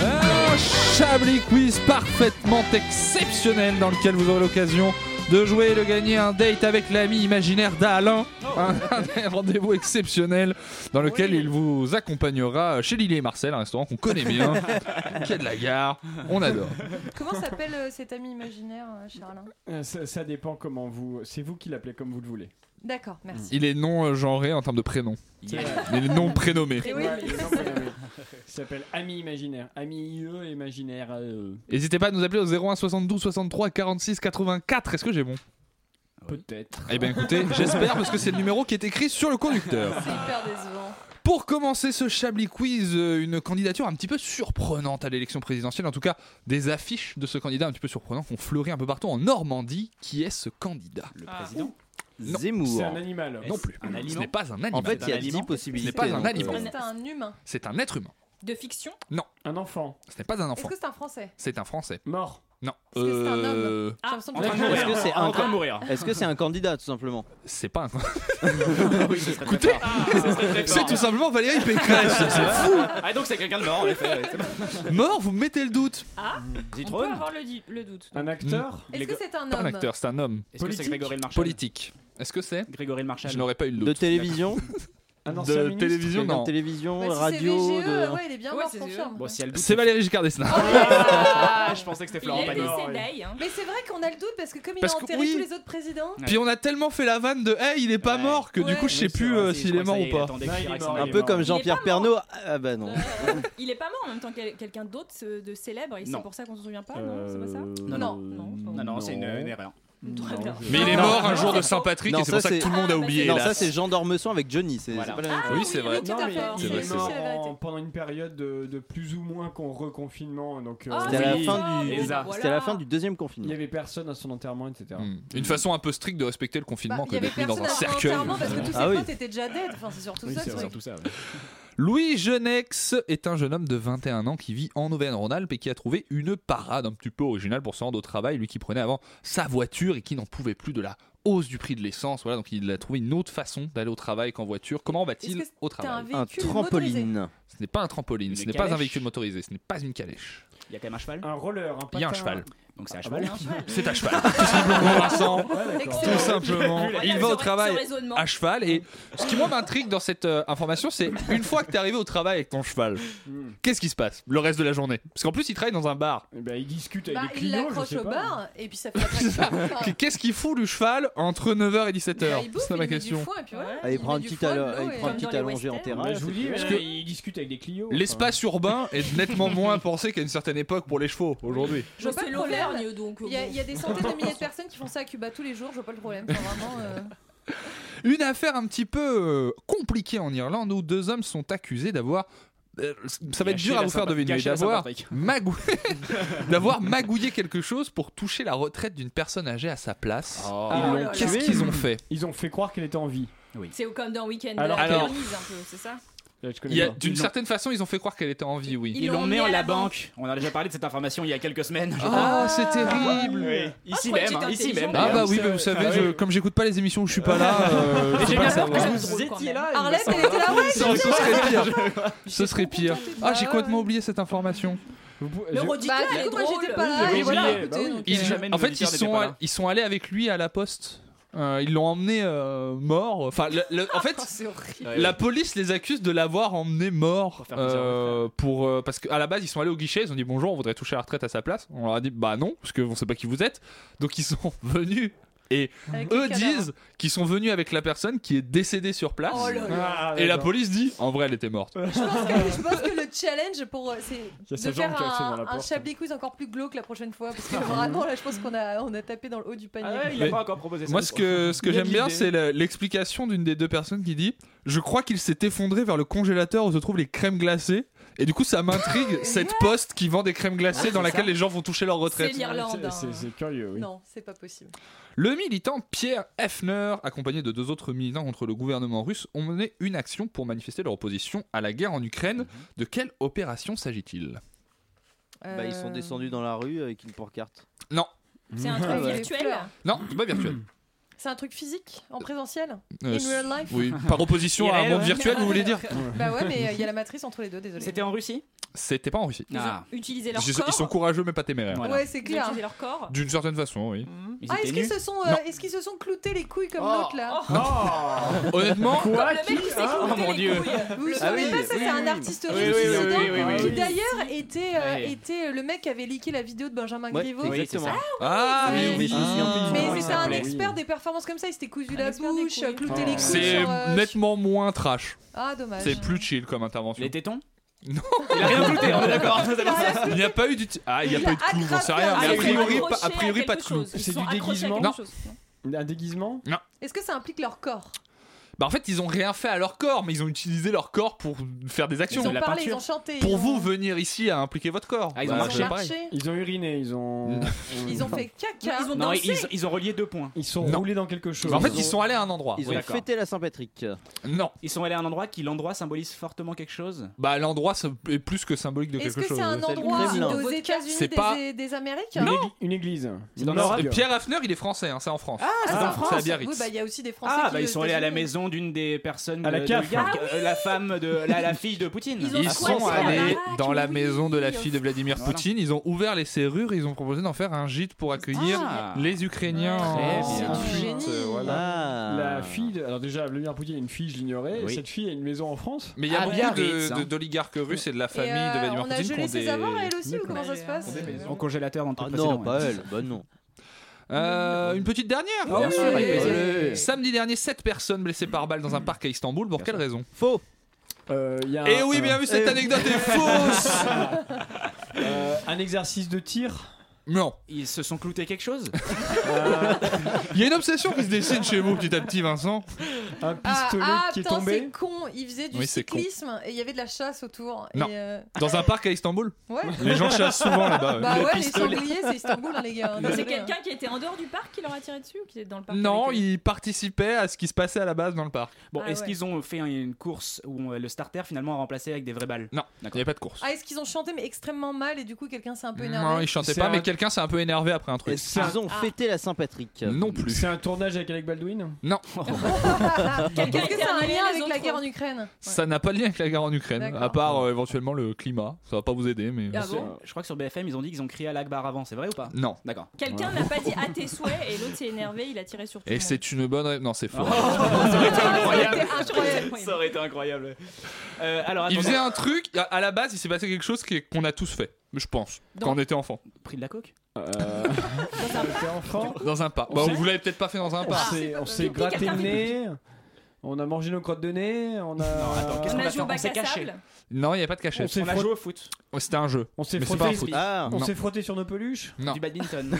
Speaker 9: Un Chablis Quiz parfaitement exceptionnel dans lequel vous aurez l'occasion de jouer et de gagner un date avec l'ami imaginaire d'Alain. Un, un rendez-vous exceptionnel dans lequel il vous accompagnera chez Lily et Marcel, un restaurant qu'on connaît bien, qui est de la gare, on adore.
Speaker 1: Comment s'appelle euh, cet ami imaginaire, euh, Charlin
Speaker 10: Euh, ça, ça dépend comment vous. C'est vous qui l'appelez comme vous le voulez.
Speaker 1: D'accord, merci.
Speaker 9: Il est non euh, genré en termes de prénom.
Speaker 10: Yeah.
Speaker 9: Il est non prénommé.
Speaker 1: Eh
Speaker 10: Ouais, il est non prénommé. Il s'appelle Ami Imaginaire. Ami IE Imaginaire. euh,
Speaker 9: N'hésitez pas à nous appeler au 01 72 63 46 84. Est-ce que j'ai bon
Speaker 10: Peut-être.
Speaker 11: Ah
Speaker 9: Eh bien écoutez, j'espère parce que c'est le numéro qui est écrit sur le conducteur.
Speaker 1: Hyper décevant.
Speaker 9: Pour commencer ce Chablis Quiz, euh, une candidature un petit peu surprenante à l'élection présidentielle, en tout cas des affiches de ce candidat un petit peu surprenant qu'on fleurit un peu partout en Normandie. Qui est ce candidat Le
Speaker 15: Ah,
Speaker 5: président
Speaker 9: non.
Speaker 11: Zemmour. C'est un
Speaker 10: animal.
Speaker 9: Non plus.
Speaker 11: Un aliment
Speaker 9: Ce n'est pas un animal.
Speaker 11: En fait, il y a
Speaker 9: C'est un
Speaker 11: dix
Speaker 9: aliment.
Speaker 11: possibilités,
Speaker 9: Ce n'est pas un
Speaker 11: donc, euh,
Speaker 9: aliment.
Speaker 1: C'est un humain
Speaker 9: C'est un être humain.
Speaker 6: De fiction
Speaker 9: Non.
Speaker 10: Un enfant.
Speaker 9: Ce n'est pas un
Speaker 1: Est-ce
Speaker 9: enfant.
Speaker 1: que c'est un français
Speaker 9: C'est un Français.
Speaker 10: Mort.
Speaker 9: Non.
Speaker 1: C'est un
Speaker 9: Euh,
Speaker 1: homme. Ah, J'ai l'impression que-
Speaker 11: Est-ce que c'est un
Speaker 5: En train de mourir.
Speaker 11: Est-ce que c'est un candidat tout simplement
Speaker 9: C'est pas un.
Speaker 11: Écoutez,
Speaker 9: C'est tout simplement Valérie Pécresse. C'est fou.
Speaker 5: Ah, donc c'est quelqu'un de mort, en effet. ouais, c'est bon.
Speaker 9: Mort, vous me mettez le doute. Hmm.
Speaker 6: Ah On peut
Speaker 5: Zitrone
Speaker 6: avoir le, di- le doute.
Speaker 10: Un acteur
Speaker 6: Est-ce que c'est un
Speaker 9: Pas un
Speaker 6: homme
Speaker 9: acteur, c'est un homme.
Speaker 5: Est-ce que c'est Grégory Le Marchal
Speaker 9: Politique. Est-ce que c'est
Speaker 5: Grégory Le Marchal.
Speaker 9: Je n'aurais pas eu le doute.
Speaker 11: De télévision
Speaker 10: Un ancien
Speaker 9: De
Speaker 10: ministre
Speaker 9: télévision,
Speaker 11: Quelqu'un de
Speaker 9: non.
Speaker 11: télévision,
Speaker 1: Bah, si c'est
Speaker 11: radio.
Speaker 1: VGE,
Speaker 11: de-
Speaker 1: ouais, il est bien
Speaker 6: Ouais,
Speaker 1: mort, Oh
Speaker 6: c'est-
Speaker 1: confirme.
Speaker 5: Bon, si elle
Speaker 9: C'est Valérie Giscard d'Estaing.
Speaker 5: Ah, je pensais que c'était
Speaker 6: Il
Speaker 5: Florent
Speaker 6: est
Speaker 5: Pagny.
Speaker 6: décédé, hein.
Speaker 1: Mais c'est vrai qu'on a le doute parce que comme il
Speaker 9: Parce
Speaker 1: a
Speaker 9: que
Speaker 1: enterré
Speaker 9: oui.
Speaker 1: tous les autres présidents.
Speaker 9: Puis on a tellement fait la vanne de Hey, il est pas mort que du
Speaker 1: Ouais.
Speaker 9: coup, je sais
Speaker 5: Oui, c'est
Speaker 9: plus
Speaker 5: vrai,
Speaker 9: euh,
Speaker 5: c'est-
Speaker 9: s'il
Speaker 5: je
Speaker 9: est
Speaker 5: crois que
Speaker 9: mort
Speaker 5: ça y
Speaker 9: ou
Speaker 5: est,
Speaker 9: pas.
Speaker 5: attendez,
Speaker 10: Non, il est
Speaker 5: Chirac,
Speaker 10: mort,
Speaker 5: c'est
Speaker 10: il
Speaker 11: Un
Speaker 10: est
Speaker 11: peu
Speaker 10: mort.
Speaker 11: comme
Speaker 10: Il est
Speaker 11: Jean-Pierre Pernaut. Ah bah non.
Speaker 6: Il est pas mort en même temps que quelqu'un d'autre euh, de célèbre et c'est
Speaker 5: Non.
Speaker 6: pour ça qu'on s'en souvient pas, non C'est pas ça
Speaker 5: Non,
Speaker 1: non.
Speaker 5: Non, non, c'est une, une erreur.
Speaker 6: Très bien.
Speaker 9: Mais il est mort un jour de Saint-Patrick
Speaker 11: Non,
Speaker 9: et c'est pour ça
Speaker 11: ça,
Speaker 9: que
Speaker 11: c'est-
Speaker 9: tout le monde a oublié.
Speaker 11: Non,
Speaker 9: hélas.
Speaker 11: ça c'est Jean d'Ormesson avec Johnny. C'est
Speaker 5: Voilà.
Speaker 11: Ah, c'est pas la même
Speaker 10: Ah
Speaker 11: chose.
Speaker 9: Oui, c'est vrai.
Speaker 1: Ah Tout
Speaker 10: Non,
Speaker 1: à
Speaker 10: mais
Speaker 1: fait.
Speaker 10: il
Speaker 9: C'est vrai,
Speaker 10: est
Speaker 9: c'est
Speaker 10: mort
Speaker 1: vrai.
Speaker 10: en- pendant une période de, de plus ou moins qu'on reconfinement. Donc, euh,
Speaker 1: Ah,
Speaker 11: C'était à la
Speaker 1: oui.
Speaker 11: fin du.
Speaker 1: Et
Speaker 5: ça.
Speaker 11: C'était à la fin
Speaker 6: Voilà.
Speaker 11: du deuxième
Speaker 10: il n'y
Speaker 11: confinement.
Speaker 10: avait personne à son enterrement, etc.
Speaker 9: Hmm. Une façon un peu stricte de respecter le
Speaker 1: Bah, Il
Speaker 9: confinement
Speaker 1: y
Speaker 9: que
Speaker 1: avait
Speaker 9: d'être mis
Speaker 1: personne
Speaker 9: dans un
Speaker 1: à son
Speaker 9: cercueil.
Speaker 1: enterrement parce que tous ses
Speaker 11: Ah oui.
Speaker 1: potes étaient déjà dead. Enfin, c'est surtout ça. ce truc.
Speaker 5: tout ça.
Speaker 9: Louis Genex est un jeune homme de 21 ans qui vit en Auvergne-Rhône-Alpes et qui a trouvé une parade un petit peu originale pour se rendre au travail, lui qui prenait avant sa voiture et qui n'en pouvait plus de la hausse du prix de l'essence. Voilà, donc il a trouvé une autre façon d'aller au travail qu'en voiture. Comment va-t-il
Speaker 1: Est-ce que
Speaker 9: au
Speaker 1: T'as un
Speaker 9: travail
Speaker 11: Un
Speaker 1: véhicule motorisé.
Speaker 11: trampoline.
Speaker 9: Ce n'est pas un trampoline,
Speaker 5: Une
Speaker 9: ce n'est pas un
Speaker 5: calèche
Speaker 9: véhicule motorisé, ce n'est pas une calèche.
Speaker 5: Il y a quand même un cheval.
Speaker 10: Un roller, un
Speaker 9: Il y a un
Speaker 10: patin.
Speaker 9: cheval.
Speaker 5: Donc c'est à
Speaker 10: Ah,
Speaker 5: cheval.
Speaker 10: bah,
Speaker 9: C'est à cheval. Tout simplement, Vincent.
Speaker 10: Ouais, d'accord.
Speaker 9: Tout simplement.
Speaker 6: Voilà
Speaker 9: Il
Speaker 6: ce
Speaker 9: va au
Speaker 6: ra- ce
Speaker 9: travail Ah,
Speaker 6: raisonnement.
Speaker 9: à cheval. Et ce qui, moi, m'intrigue dans cette euh, information, c'est une fois que t'es arrivé au travail avec ton cheval,
Speaker 10: Hmm.
Speaker 9: qu'est-ce qui se passe le reste de la journée Parce qu'en plus, il travaille dans un bar.
Speaker 10: Eh ben, il discute avec
Speaker 1: Bah,
Speaker 10: les
Speaker 1: il
Speaker 10: clients. je
Speaker 1: l'accroche
Speaker 10: sais
Speaker 1: au
Speaker 10: pas.
Speaker 1: bar et puis ça fait attraction.
Speaker 9: Qu'est-ce qu'il fout du cheval entre 9h et
Speaker 1: Bah, il
Speaker 9: 17h
Speaker 1: bouffe,
Speaker 9: C'est ça
Speaker 1: il
Speaker 9: ma
Speaker 1: met du
Speaker 9: question.
Speaker 1: foin, et puis voilà,
Speaker 11: Ah, il
Speaker 1: met
Speaker 11: prend un
Speaker 1: du
Speaker 11: petit
Speaker 1: foie, de
Speaker 11: allo-
Speaker 1: l'eau,
Speaker 11: il
Speaker 1: et-
Speaker 11: prend un
Speaker 1: comme dans
Speaker 11: petit
Speaker 1: les
Speaker 11: allongé en
Speaker 1: westerns.
Speaker 10: Ouais,
Speaker 11: terrasse.
Speaker 10: je vous dis,
Speaker 9: Parce
Speaker 10: euh,
Speaker 9: que-
Speaker 10: il discute avec des clients.
Speaker 9: L'espace urbain est nettement moins pensé qu'à une certaine époque pour les chevaux aujourd'hui.
Speaker 1: Je vois
Speaker 6: Bon,
Speaker 1: pas
Speaker 6: c'est
Speaker 1: le problème.
Speaker 6: l'Auvergne donc.
Speaker 1: Il y, a,
Speaker 6: bon.
Speaker 1: il y a des centaines de milliers de personnes qui font ça à Cuba tous les jours, je vois pas le problème. Enfin, vraiment, euh,
Speaker 9: Une affaire un petit peu euh, compliquée en Irlande où deux hommes sont accusés d'avoir. euh, Ça va être
Speaker 5: Gâché
Speaker 9: dur à
Speaker 5: la
Speaker 9: vous faire
Speaker 5: Saint-
Speaker 9: deviner,
Speaker 5: gâché la
Speaker 9: d'avoir
Speaker 5: Saint-Patrick.
Speaker 9: magou- d'avoir magouillé quelque chose pour toucher la retraite d'une personne âgée à sa place.
Speaker 5: Oh.
Speaker 10: Ah,
Speaker 6: l'ont
Speaker 10: là,
Speaker 9: Qu'est-ce
Speaker 10: là.
Speaker 9: qu'ils ont fait
Speaker 10: Ils ont fait croire qu'elle était en vie.
Speaker 6: C'est comme dans Weekend
Speaker 10: Alors-
Speaker 6: à la
Speaker 9: alors-
Speaker 6: Venise, un peu, c'est ça
Speaker 10: Là, je connais
Speaker 9: Il y a-
Speaker 10: pas.
Speaker 9: D'une
Speaker 10: Ils l'ont-
Speaker 9: certaine façon, ils ont fait croire qu'elle était en vie, oui.
Speaker 6: Ils
Speaker 5: Ils
Speaker 6: l'ont
Speaker 5: l'ont mis
Speaker 6: emmené
Speaker 5: en
Speaker 6: à la
Speaker 5: la banque. On a déjà parlé de cette information il y a quelques semaines. je crois.
Speaker 9: Ah, c'est terrible
Speaker 10: Oui.
Speaker 5: Ici
Speaker 6: crois que
Speaker 5: même,
Speaker 6: j'étais
Speaker 5: hein, ici
Speaker 6: intelligent,
Speaker 5: même.
Speaker 9: Ah
Speaker 5: d'ailleurs.
Speaker 9: bah oui, mais vous savez, je- comme j'écoute pas les émissions où je suis pas là, euh, je
Speaker 5: Et j'ai
Speaker 9: peux pas
Speaker 5: bien peur
Speaker 9: savoir.
Speaker 5: que
Speaker 6: C'est
Speaker 5: vous
Speaker 6: drôle quand
Speaker 5: étiez
Speaker 6: même.
Speaker 5: là. il me
Speaker 1: Arlette,
Speaker 5: semble.
Speaker 1: elle était là, ouais
Speaker 9: Ce serait pire. Ce serait pire. Ah, j'ai
Speaker 1: Bah,
Speaker 9: complètement
Speaker 1: ouais.
Speaker 9: oublié cette information.
Speaker 10: Vous pouvez-
Speaker 6: Le
Speaker 10: je-
Speaker 6: roditeur,
Speaker 1: Bah,
Speaker 6: il
Speaker 1: du
Speaker 6: est
Speaker 1: coup, moi j'étais
Speaker 6: drôle.
Speaker 1: pas là,
Speaker 10: Oui,
Speaker 1: et
Speaker 10: oui,
Speaker 1: voilà,
Speaker 10: oui, bah
Speaker 1: écoutez,
Speaker 10: oui.
Speaker 1: donc,
Speaker 9: Ils-
Speaker 1: euh,
Speaker 5: Jamais nos
Speaker 9: en fait, ils
Speaker 5: auditeurs n'étaient
Speaker 9: sont,
Speaker 5: pas
Speaker 9: all-
Speaker 5: là.
Speaker 9: ils sont allés avec lui à la poste. Euh, ils l'ont emmené euh, mort. Enfin, le- le- en fait,
Speaker 1: C'est horrible.
Speaker 5: Ouais,
Speaker 9: la police les accuse de l'avoir emmené mort.
Speaker 5: Pour faire plaisir
Speaker 9: euh, pour, euh, parce qu'à la base, ils sont allés au guichet. Ils ont dit bonjour, on voudrait toucher la retraite à sa place. On leur a dit bah non, parce qu'on sait pas qui vous êtes. Donc ils sont venus. Et
Speaker 1: Avec
Speaker 9: eux
Speaker 1: le cadavre.
Speaker 9: disent qu'ils sont venus avec la personne qui est décédée sur place.
Speaker 1: Oh là là.
Speaker 10: Ah,
Speaker 9: et la
Speaker 10: d'accord.
Speaker 9: police dit en vrai, elle était morte.
Speaker 1: Je pense que- je pense que le challenge pour euh, c'est
Speaker 10: y a
Speaker 1: de
Speaker 10: sa jambe
Speaker 1: faire
Speaker 10: qui est restée dans la
Speaker 1: un, un
Speaker 10: porte. Ah
Speaker 1: Chablis quiz encore plus glauque la prochaine fois parce que vraiment là je pense qu'on a on a tapé dans le haut du
Speaker 5: Ah
Speaker 1: panier.
Speaker 5: ouais, il
Speaker 9: Mais-
Speaker 5: a pas encore proposé ça.
Speaker 9: Moi, ce que, ce que
Speaker 10: Il y a
Speaker 9: j'aime
Speaker 10: de
Speaker 9: bien,
Speaker 10: l'idée.
Speaker 9: c'est la- l'explication d'une des deux personnes qui dit Je crois qu'il s'est effondré vers le congélateur où se trouvent les crèmes glacées. Et du coup, ça m'intrigue cette poste qui vend des crèmes glacées dans laquelle les gens vont toucher leur retraite.
Speaker 6: Ah, C'est l'Irlande.
Speaker 10: C'est- C'est
Speaker 6: hein.
Speaker 10: c'est curieux, oui.
Speaker 1: Non, c'est pas possible.
Speaker 9: Le militant Pierre Hefner, accompagné de deux autres militants contre le gouvernement russe, ont mené une action pour manifester leur opposition à la guerre en
Speaker 10: Mhm.
Speaker 9: Ukraine. De quelle opération s'agit-il
Speaker 11: Bah, ils sont
Speaker 1: Euh,
Speaker 11: descendus dans la rue avec une pancarte.
Speaker 9: Non,
Speaker 6: C'est un
Speaker 10: Ah
Speaker 1: avec
Speaker 6: truc
Speaker 1: les
Speaker 6: virtuel.
Speaker 1: fleurs.
Speaker 9: non, c'est pas virtuel.
Speaker 1: C'est un truc physique en présentiel
Speaker 9: Euh,
Speaker 1: In real life
Speaker 9: oui, par opposition à un
Speaker 5: Irréel,
Speaker 9: monde
Speaker 5: ouais.
Speaker 9: virtuel, vous voulez dire
Speaker 1: Bah ouais, mais euh, il y a la matrice entre les deux, désolé.
Speaker 5: C'était en Russie
Speaker 9: C'était pas en Russie.
Speaker 6: Ils ont
Speaker 5: Ah.
Speaker 6: utilisé
Speaker 9: Ils,
Speaker 6: leur
Speaker 9: sont-
Speaker 6: corps.
Speaker 9: ils sont courageux mais pas téméraires.
Speaker 5: Voilà.
Speaker 1: Ouais, c'est
Speaker 6: Ils ont
Speaker 1: clair.
Speaker 6: utilisé leur corps.
Speaker 9: D'une certaine façon, oui.
Speaker 5: Ils
Speaker 1: Ah, est-ce
Speaker 5: étaient
Speaker 1: qu'ils se
Speaker 5: nus.
Speaker 1: sont euh,
Speaker 9: Non.
Speaker 1: est-ce qu'ils se sont cloutés les couilles comme
Speaker 11: Oh,
Speaker 1: l'autre là
Speaker 10: Oh
Speaker 9: Honnêtement,
Speaker 10: Quoi
Speaker 6: Comme le
Speaker 10: qui-
Speaker 6: mec qui s'est
Speaker 10: Ah,
Speaker 6: clouté
Speaker 5: mon
Speaker 6: les
Speaker 5: Dieu.
Speaker 6: couilles.
Speaker 1: Vous ne
Speaker 6: Le-
Speaker 1: savez
Speaker 11: oui,
Speaker 1: pas ça
Speaker 10: oui,
Speaker 1: c'est un
Speaker 10: oui,
Speaker 1: artiste
Speaker 5: oui,
Speaker 1: russe
Speaker 5: oui,
Speaker 1: du
Speaker 5: oui,
Speaker 1: Soudan
Speaker 5: oui, oui, oui,
Speaker 1: qui
Speaker 5: oui.
Speaker 1: d'ailleurs était euh,
Speaker 5: Oui.
Speaker 1: était le mec qui avait leaké la vidéo de Benjamin
Speaker 11: Ouais,
Speaker 1: Griveaux.
Speaker 5: Oui, c'est
Speaker 11: exactement.
Speaker 5: ça.
Speaker 9: Ah,
Speaker 1: mais
Speaker 11: Mais je me souviens plus du
Speaker 1: Mais
Speaker 11: nom.
Speaker 1: c'était un
Speaker 5: s'appelait.
Speaker 1: expert des performances comme ça, il s'était cousu
Speaker 6: Un
Speaker 1: la
Speaker 6: expert des
Speaker 1: bouche,
Speaker 6: couilles.
Speaker 1: clouté les couilles.
Speaker 9: C'est
Speaker 1: sur, euh,
Speaker 9: nettement moins trash.
Speaker 1: Ah dommage.
Speaker 9: C'est plus chill comme intervention.
Speaker 5: Les tétons
Speaker 9: Non.
Speaker 5: Il a rien douté, on est d'accord.
Speaker 9: Il n'y a pas eu du. Ah, il n'y a
Speaker 1: Il
Speaker 9: pas
Speaker 1: a
Speaker 9: eu de clou, j'en sais
Speaker 1: attrapé
Speaker 9: rien.
Speaker 1: un
Speaker 9: Mais a
Speaker 6: Ah, ils sont
Speaker 9: priori, pas,
Speaker 6: accrochés
Speaker 9: a
Speaker 6: à
Speaker 9: priori, pas de
Speaker 6: quelque
Speaker 9: clou.
Speaker 6: chose. Ils
Speaker 10: C'est
Speaker 6: sont
Speaker 10: du
Speaker 6: accrochés à
Speaker 10: déguisement
Speaker 6: quelque
Speaker 9: Non.
Speaker 6: chose,
Speaker 10: Un déguisement
Speaker 9: Non.
Speaker 6: Est-ce que c'est un
Speaker 1: Implique leur corps.
Speaker 9: Bah en fait, ils ont rien fait à leur corps, mais ils ont utilisé leur corps pour faire des actions.
Speaker 1: Ils ont parlé, ils ont chanté.
Speaker 9: Pour
Speaker 1: ils
Speaker 9: vous
Speaker 1: ont- Ah,
Speaker 9: venir ici à impliquer votre corps. Bah,
Speaker 1: ils ont marché.
Speaker 9: c'est pareil.
Speaker 1: marché.
Speaker 10: Ils ont uriné, ils ont.
Speaker 1: Ils ont fait caca.
Speaker 10: Ils ont
Speaker 5: Non,
Speaker 10: dansé.
Speaker 5: ils, ils ont relié deux points.
Speaker 10: Ils sont
Speaker 5: Non.
Speaker 10: roulés dans quelque chose.
Speaker 9: En fait, ils sont allés à un endroit.
Speaker 11: Ils ont fêté la Saint-Patrick.
Speaker 9: Non.
Speaker 5: Ils sont allés à un endroit qui, l'endroit, symbolise fortement quelque chose.
Speaker 9: Bah l'endroit ça est plus que symbolique de
Speaker 1: Est-ce
Speaker 9: quelque
Speaker 1: que
Speaker 9: chose.
Speaker 1: c'est un endroit aux États-Unis
Speaker 9: C'est
Speaker 1: des,
Speaker 9: pas-
Speaker 1: des Amériques
Speaker 9: Une Non.
Speaker 10: Une église.
Speaker 9: C'est dans
Speaker 10: Nord-
Speaker 9: le- Pierre Hafner, il est français, hein, c'est en France.
Speaker 1: c'est en France.
Speaker 9: C'est à Biarritz.
Speaker 1: Oui, bah il y a aussi des Français
Speaker 5: Ah,
Speaker 1: qui
Speaker 5: bah ils
Speaker 1: vivent
Speaker 5: sont
Speaker 1: aux
Speaker 5: allés à la
Speaker 1: États-Unis.
Speaker 5: maison d'une des personnes
Speaker 9: À la
Speaker 5: de- de
Speaker 9: CAF.
Speaker 5: Irak,
Speaker 1: Ah oui.
Speaker 5: euh, la femme de la, la fille de Poutine.
Speaker 1: Ils
Speaker 9: Ils sont allés dans la maison de la
Speaker 5: oui,
Speaker 9: fille de Vladimir
Speaker 5: Voilà.
Speaker 9: Poutine. Ils ont ouvert les serrures. Ils ont proposé d'en faire un gîte pour accueillir
Speaker 5: Ah.
Speaker 9: les Ukrainiens. en
Speaker 10: Très bien.
Speaker 9: fuite, euh, voilà.
Speaker 11: Ah.
Speaker 10: La fille. de- Alors déjà, Vladimir Poutine a une fille, je l'ignorais.
Speaker 9: Oui.
Speaker 10: Cette fille a une maison en France.
Speaker 9: Mais il y
Speaker 11: Ah,
Speaker 5: Ah,
Speaker 9: a
Speaker 11: bah,
Speaker 9: beaucoup de-
Speaker 11: hein.
Speaker 9: de- d'oligarques russes et de la
Speaker 1: Et,
Speaker 9: famille
Speaker 1: euh,
Speaker 9: de Vladimir
Speaker 1: on a
Speaker 9: Poutine qui
Speaker 1: gelé
Speaker 9: ont
Speaker 1: ses
Speaker 9: des.
Speaker 1: avoirs elle aussi hein. ou comment ça se passe
Speaker 5: En congélateur dans le
Speaker 11: Ah
Speaker 5: truc
Speaker 11: non,
Speaker 5: précédent,
Speaker 11: pas
Speaker 5: ouais.
Speaker 11: elle, bah non.
Speaker 9: Euh, une petite dernière.
Speaker 5: Ah Bien oui. sûr, avec plaisir. Allez.
Speaker 9: Samedi dernier, 7 personnes blessées par balle dans un parc à Istanbul. Pour quelle raison
Speaker 11: Faux.
Speaker 10: Euh, Ah.
Speaker 9: Eh oui, bien vu, cette anecdote est fausse.
Speaker 10: Euh, un exercice de tir
Speaker 9: Non.
Speaker 5: Ils se sont cloutés quelque chose
Speaker 10: Euh,
Speaker 9: Il y a une obsession qui se dessine chez vous petit à petit, Vincent.
Speaker 10: Un
Speaker 1: Ah, ah, putain, c'est con, il faisait du
Speaker 9: Oui, c'est con.
Speaker 1: cyclisme et il y avait de la chasse autour.
Speaker 9: Non.
Speaker 1: Et euh,
Speaker 9: Dans un parc à Istanbol
Speaker 1: Ouais.
Speaker 9: Les gens chassent souvent là-bas.
Speaker 1: Bah
Speaker 9: Le
Speaker 1: ouais,
Speaker 9: pistolet.
Speaker 1: les sangliers, c'est Istanbul, hein, les gars.
Speaker 9: Le-
Speaker 1: Désolé,
Speaker 6: C'est
Speaker 1: hein.
Speaker 6: quelqu'un qui était en dehors du parc qui leur a tiré dessus ou qui était dans le parc
Speaker 9: Non,
Speaker 6: avec eux
Speaker 9: ils participaient à ce qui se passait à la base dans le parc.
Speaker 5: Bon,
Speaker 6: Ah
Speaker 5: est-ce
Speaker 6: ouais.
Speaker 5: qu'ils ont fait un- une course où euh, le starter finalement a remplacé avec des vraies balles
Speaker 9: Non, il n'y avait pas de course.
Speaker 1: Ah, est-ce qu'ils ont chanté mais extrêmement mal et du coup quelqu'un s'est un peu énervé
Speaker 9: Non, ils chantaient pas,
Speaker 10: un-
Speaker 9: Ah, mais quelqu'un s'est un peu énervé après un truc.
Speaker 11: Est-ce qu'ils ont
Speaker 5: Ah.
Speaker 11: fêté la Saint-Patrick
Speaker 9: Non plus.
Speaker 10: C'est un tournage avec Alec Baldwin
Speaker 9: Non.
Speaker 1: Ah, Est-ce que ça a un lien
Speaker 6: Éternuer les
Speaker 1: avec la
Speaker 6: autres.
Speaker 1: guerre en Ukraine
Speaker 9: Ça n'a pas de lien avec la guerre en Ukraine,
Speaker 1: D'accord.
Speaker 9: à part euh, éventuellement le climat. Ça va pas vous aider, mais.
Speaker 5: C'est- Ah, Je crois que sur BFM ils ont dit qu'ils ont crié à l'Akbar avant, c'est vrai ou pas
Speaker 9: Non.
Speaker 5: D'accord.
Speaker 6: Quelqu'un n'a pas dit à tes souhaits et l'autre s'est énervé, il a tiré sur tout le
Speaker 9: Et
Speaker 6: monde.
Speaker 9: c'est une bonne. ré- Non, c'est faux.
Speaker 10: Ah.
Speaker 5: Ah, Ça aurait été incroyable.
Speaker 6: Ah, Ça aurait été incroyable.
Speaker 5: Ça aurait été incroyable. Euh, alors,
Speaker 9: Il
Speaker 5: attendez.
Speaker 9: faisait un truc, à- à la base, il s'est passé quelque chose qui est- qu'on a tous fait, je pense,
Speaker 5: Dans-
Speaker 9: quand on était enfant.
Speaker 5: Pris de la coke
Speaker 10: enfant.
Speaker 9: Dans un parc.
Speaker 10: Euh. On
Speaker 9: Bah,
Speaker 10: s'est-
Speaker 9: vous l'avez peut-être pas fait dans un
Speaker 10: On
Speaker 9: parc.
Speaker 10: s'est- on s'est gratté le nez. On a mangé nos crottes de nez. On a.
Speaker 5: attends, qu'est-ce On qu'on a a joué fait au On bac s'est à caché. sable.
Speaker 9: Non, il n'y a pas de cachet. Oh,
Speaker 10: On s'est On a frotté- joué au Ah.
Speaker 5: foot.
Speaker 9: C'était un jeu.
Speaker 10: On s'est
Speaker 9: Mais c'est
Speaker 10: frotté,
Speaker 9: pas un foot.
Speaker 5: Ah.
Speaker 10: on
Speaker 9: Non.
Speaker 10: s'est frotté sur nos peluches. bah,
Speaker 9: Non.
Speaker 5: Du badminton.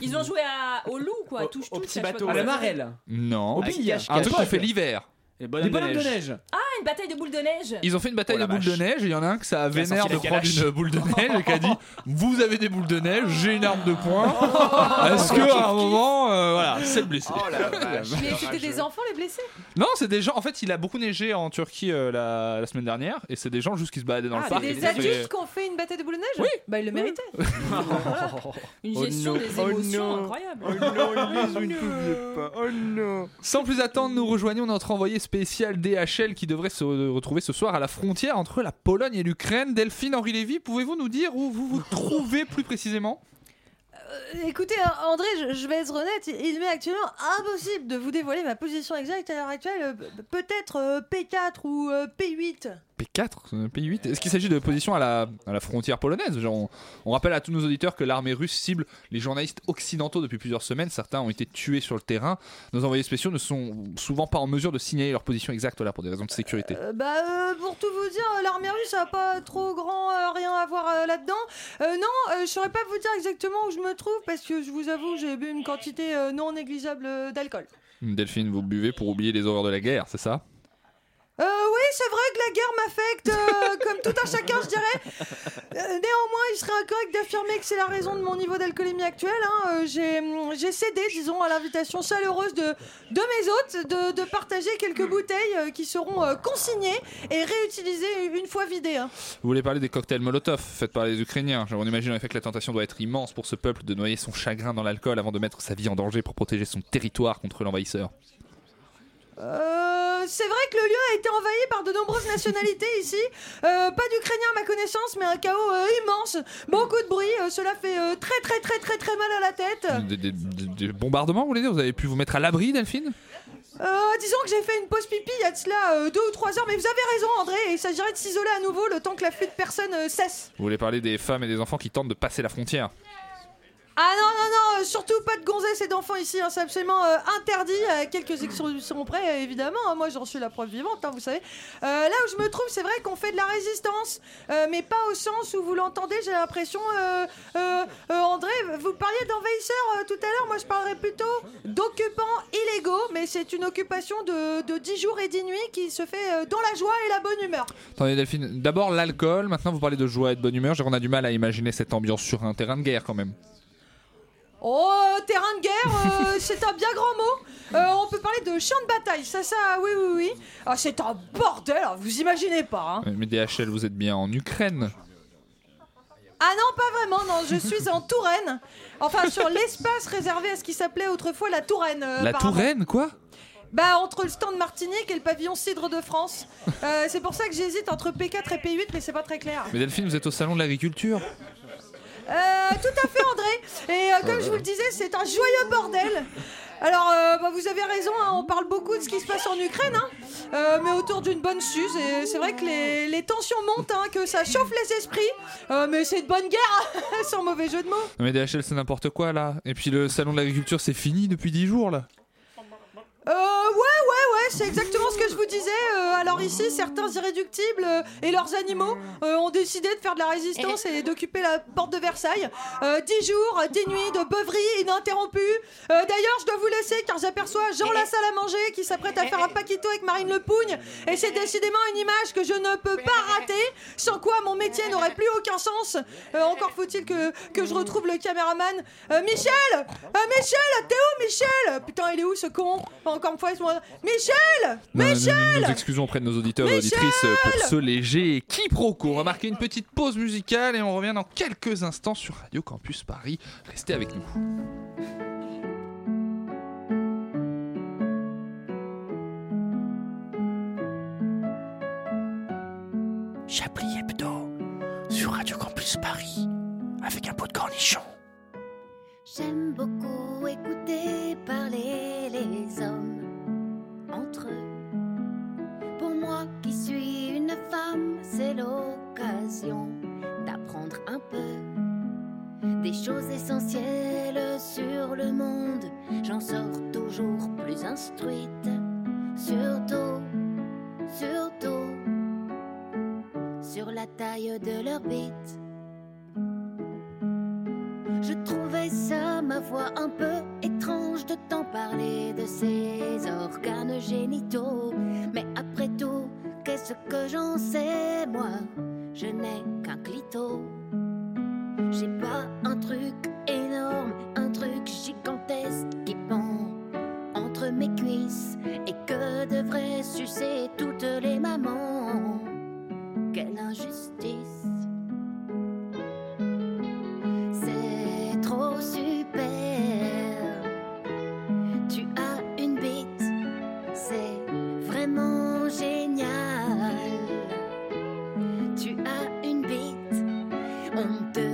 Speaker 6: Ils ont joué à- au loup, quoi, à touche touche.
Speaker 5: petit
Speaker 6: à je sais pas
Speaker 5: bateau.
Speaker 6: quoi.
Speaker 5: À la
Speaker 10: marelle.
Speaker 9: Non.
Speaker 5: Au billard.
Speaker 9: Un truc qu'on
Speaker 5: Cache-cache.
Speaker 9: fait l'hiver.
Speaker 5: Les
Speaker 10: Des bonhommes de neige.
Speaker 6: Ah, une bataille de boules de neige.
Speaker 9: Ils ont fait une bataille
Speaker 5: Oh la
Speaker 9: de boules de
Speaker 5: vache.
Speaker 9: neige et il y en a un que ça a
Speaker 5: Qui a sorti
Speaker 9: vénère de
Speaker 5: les
Speaker 9: prendre
Speaker 5: kalachs.
Speaker 9: une boule de neige et qui a dit Vous avez des boules de neige, j'ai une arme de poing.
Speaker 5: Oh.
Speaker 9: Est-ce que à un moment, euh, voilà, c'est le blessé
Speaker 1: Mais c'était des enfants les blessés
Speaker 9: Non, c'est des gens. En fait, il a beaucoup neigé en Turquie euh, la, la semaine dernière et c'est des gens juste qui se baladaient dans le
Speaker 1: Ah,
Speaker 9: parc.
Speaker 1: c'est des
Speaker 9: et qui se
Speaker 1: adultes qui ont fait une bataille de boules de neige Oui Bah ils le méritaient
Speaker 6: Une
Speaker 9: Oh
Speaker 6: gestion
Speaker 9: non.
Speaker 6: des
Speaker 9: Oh
Speaker 6: émotions
Speaker 9: non.
Speaker 6: incroyable.
Speaker 9: Oh non Sans plus attendre, nous rejoignons notre envoyé spécial DHL qui devrait se re- retrouver ce soir à la frontière entre la Pologne et l'Ukraine. Delphine Henri Lévy, pouvez-vous nous dire où vous vous trouvez plus précisément
Speaker 12: Écoutez,
Speaker 1: hein,
Speaker 12: André, je, je vais être honnête, il m'est actuellement impossible de vous dévoiler ma position exacte à l'heure actuelle. Euh, pe- Peut-être euh, P4 ou euh, P8.
Speaker 9: P4, euh, P8 Est-ce qu'il s'agit de position à la, à la frontière polonaise Genre, on, on rappelle à tous nos auditeurs que l'armée russe cible les journalistes occidentaux depuis plusieurs semaines. Certains ont été tués sur le terrain. Nos envoyés spéciaux ne sont souvent pas en mesure de signaler leur position exacte là pour des raisons de sécurité.
Speaker 12: Euh, bah, euh, pour tout vous dire, euh, l'armée russe ça n'a pas trop grand euh, rien à voir euh, là-dedans. Euh, non, euh, je saurais pas vous dire exactement où je me trouve parce que je vous avoue, j'ai bu une quantité euh, non négligeable euh, d'alcool.
Speaker 9: Delphine, vous buvez pour oublier les horreurs de la guerre, c'est ça
Speaker 12: Euh, oui, c'est vrai que la guerre m'affecte euh, comme tout un chacun, je dirais. Euh, néanmoins, il serait incorrect d'affirmer que c'est la raison de mon niveau d'alcoolémie actuelle. hein. Euh, j'ai, j'ai cédé, disons, à l'invitation chaleureuse de, de mes hôtes de, de partager quelques bouteilles euh, qui seront euh, consignées et réutilisées une fois vidées. hein.
Speaker 9: Vous voulez parler des cocktails Molotov faits par les Ukrainiens. Genre, on imagine en effet que la tentation doit être immense pour ce peuple de noyer son chagrin dans l'alcool avant de mettre sa vie en danger pour protéger son territoire contre l'envahisseur.
Speaker 12: Euh, c'est vrai que le lieu a été envahi par de nombreuses nationalités ici. Euh, pas d'Ukrainiens à ma connaissance, mais un chaos euh, immense. Beaucoup de bruit, euh, cela fait euh, très très très très très mal à la tête.
Speaker 9: Des, des- des- des bombardements, vous voulez dire Vous avez pu vous mettre à l'abri, Delphine
Speaker 12: Euh, disons que j'ai fait une pause pipi il y a de cela euh, deux ou trois heures, mais vous avez raison, André, il s'agirait de s'isoler à nouveau le temps que l'afflux de personnes euh, cesse.
Speaker 9: Vous voulez parler des femmes et des enfants qui tentent de passer la frontière
Speaker 12: Ah non, non, non, euh, surtout pas de gonzesses et d'enfants ici, hein, c'est absolument euh, interdit. Euh, quelques exceptions près, euh, évidemment. hein, moi, j'en suis la preuve vivante, hein, vous savez. Euh, là où je me trouve, c'est vrai qu'on fait de la résistance, euh, mais pas au sens où vous l'entendez, j'ai l'impression. euh, euh, euh, André, vous parliez d'envahisseurs euh, tout à l'heure, moi je parlerais plutôt d'occupants illégaux, mais c'est une occupation de, de 10 jours et 10 nuits qui se fait euh, dans la joie et la bonne humeur.
Speaker 9: Attendez Delphine, d'abord l'alcool, maintenant vous parlez de joie et de bonne humeur, J'ai- on a du mal à imaginer cette ambiance sur un terrain de guerre quand même.
Speaker 12: Oh, terrain de guerre, euh, c'est un bien grand mot. Euh, on peut parler de champ de bataille, ça, ça, oui, oui, oui. Ah, c'est un bordel, hein, vous imaginez pas. hein.
Speaker 9: Euh, Mais DHL, vous êtes bien en Ukraine.
Speaker 12: Ah non, pas vraiment, non, je suis en Touraine. Enfin, sur l'espace réservé à ce qui s'appelait autrefois la Touraine. euh,
Speaker 9: La
Speaker 12: apparemment.
Speaker 9: Touraine, quoi
Speaker 12: Bah, entre le stand Martinique et le pavillon Cidre de France. Euh, c'est pour ça que j'hésite entre P4 et P8, mais c'est pas très clair.
Speaker 9: Mais Delphine, vous êtes au salon de l'agriculture.
Speaker 12: Euh, tout à fait, André. Et euh, comme je vous le disais, c'est un joyeux bordel. Alors, euh, bah, vous avez raison, hein, on parle beaucoup de ce qui se passe en Ukraine, hein, euh, mais autour d'une bonne suze. Et c'est vrai que les, les tensions montent, hein, que ça chauffe les esprits. Euh, mais c'est de bonne guerre, sans mauvais jeu de mots.
Speaker 9: Non, mais DHL, c'est n'importe quoi là. Et puis le salon de l'agriculture, c'est fini depuis 10 jours là.
Speaker 12: Euh, ouais, ouais, ouais, c'est exactement ce que je vous disais. Euh, alors ici, certains irréductibles euh, et leurs animaux euh, ont décidé de faire de la résistance et d'occuper la porte de Versailles. Euh, dix jours, euh, dix nuits de beuverie ininterrompue. Euh, D'ailleurs, je dois vous laisser car j'aperçois Jean la salle à manger qui s'apprête à faire un paquito avec Marine Le Pougne. Et c'est décidément une image que je ne peux pas rater, sans quoi mon métier n'aurait plus aucun sens. Euh, encore faut-il que, que je retrouve le caméraman. Euh, Michel Euh, Michel T'es où, Michel Putain, il est où ce con Encore une fois, ils sont... Michel
Speaker 9: Non, non, non,
Speaker 12: Michel
Speaker 9: Nous nous excusons auprès de nos auditeurs et auditrices euh, pour ce léger quiproquo. On va marquer une petite pause musicale et on revient dans quelques instants sur Radio Campus Paris. Restez avec nous.
Speaker 13: Chablis Hebdo sur Radio Campus Paris avec un pot de cornichon.
Speaker 19: J'aime beaucoup écouter parler les hommes entre eux. Pour moi qui suis une femme, c'est l'occasion d'apprendre un peu des choses essentielles sur le monde. J'en sors toujours plus instruite, surtout, surtout sur la taille de leur bite. Je trouvais ça, ma voix un peu étrange de t'en parler de ces organes génitaux. Mais après tout, qu'est-ce que j'en sais, moi Je n'ai qu'un clito. J'ai pas un truc énorme, un truc gigantesque qui pend entre mes cuisses et que devraient sucer toutes les mamans. Quelle injustice! C'est trop super. Tu as une bite, c'est vraiment génial. Tu as une bite, on te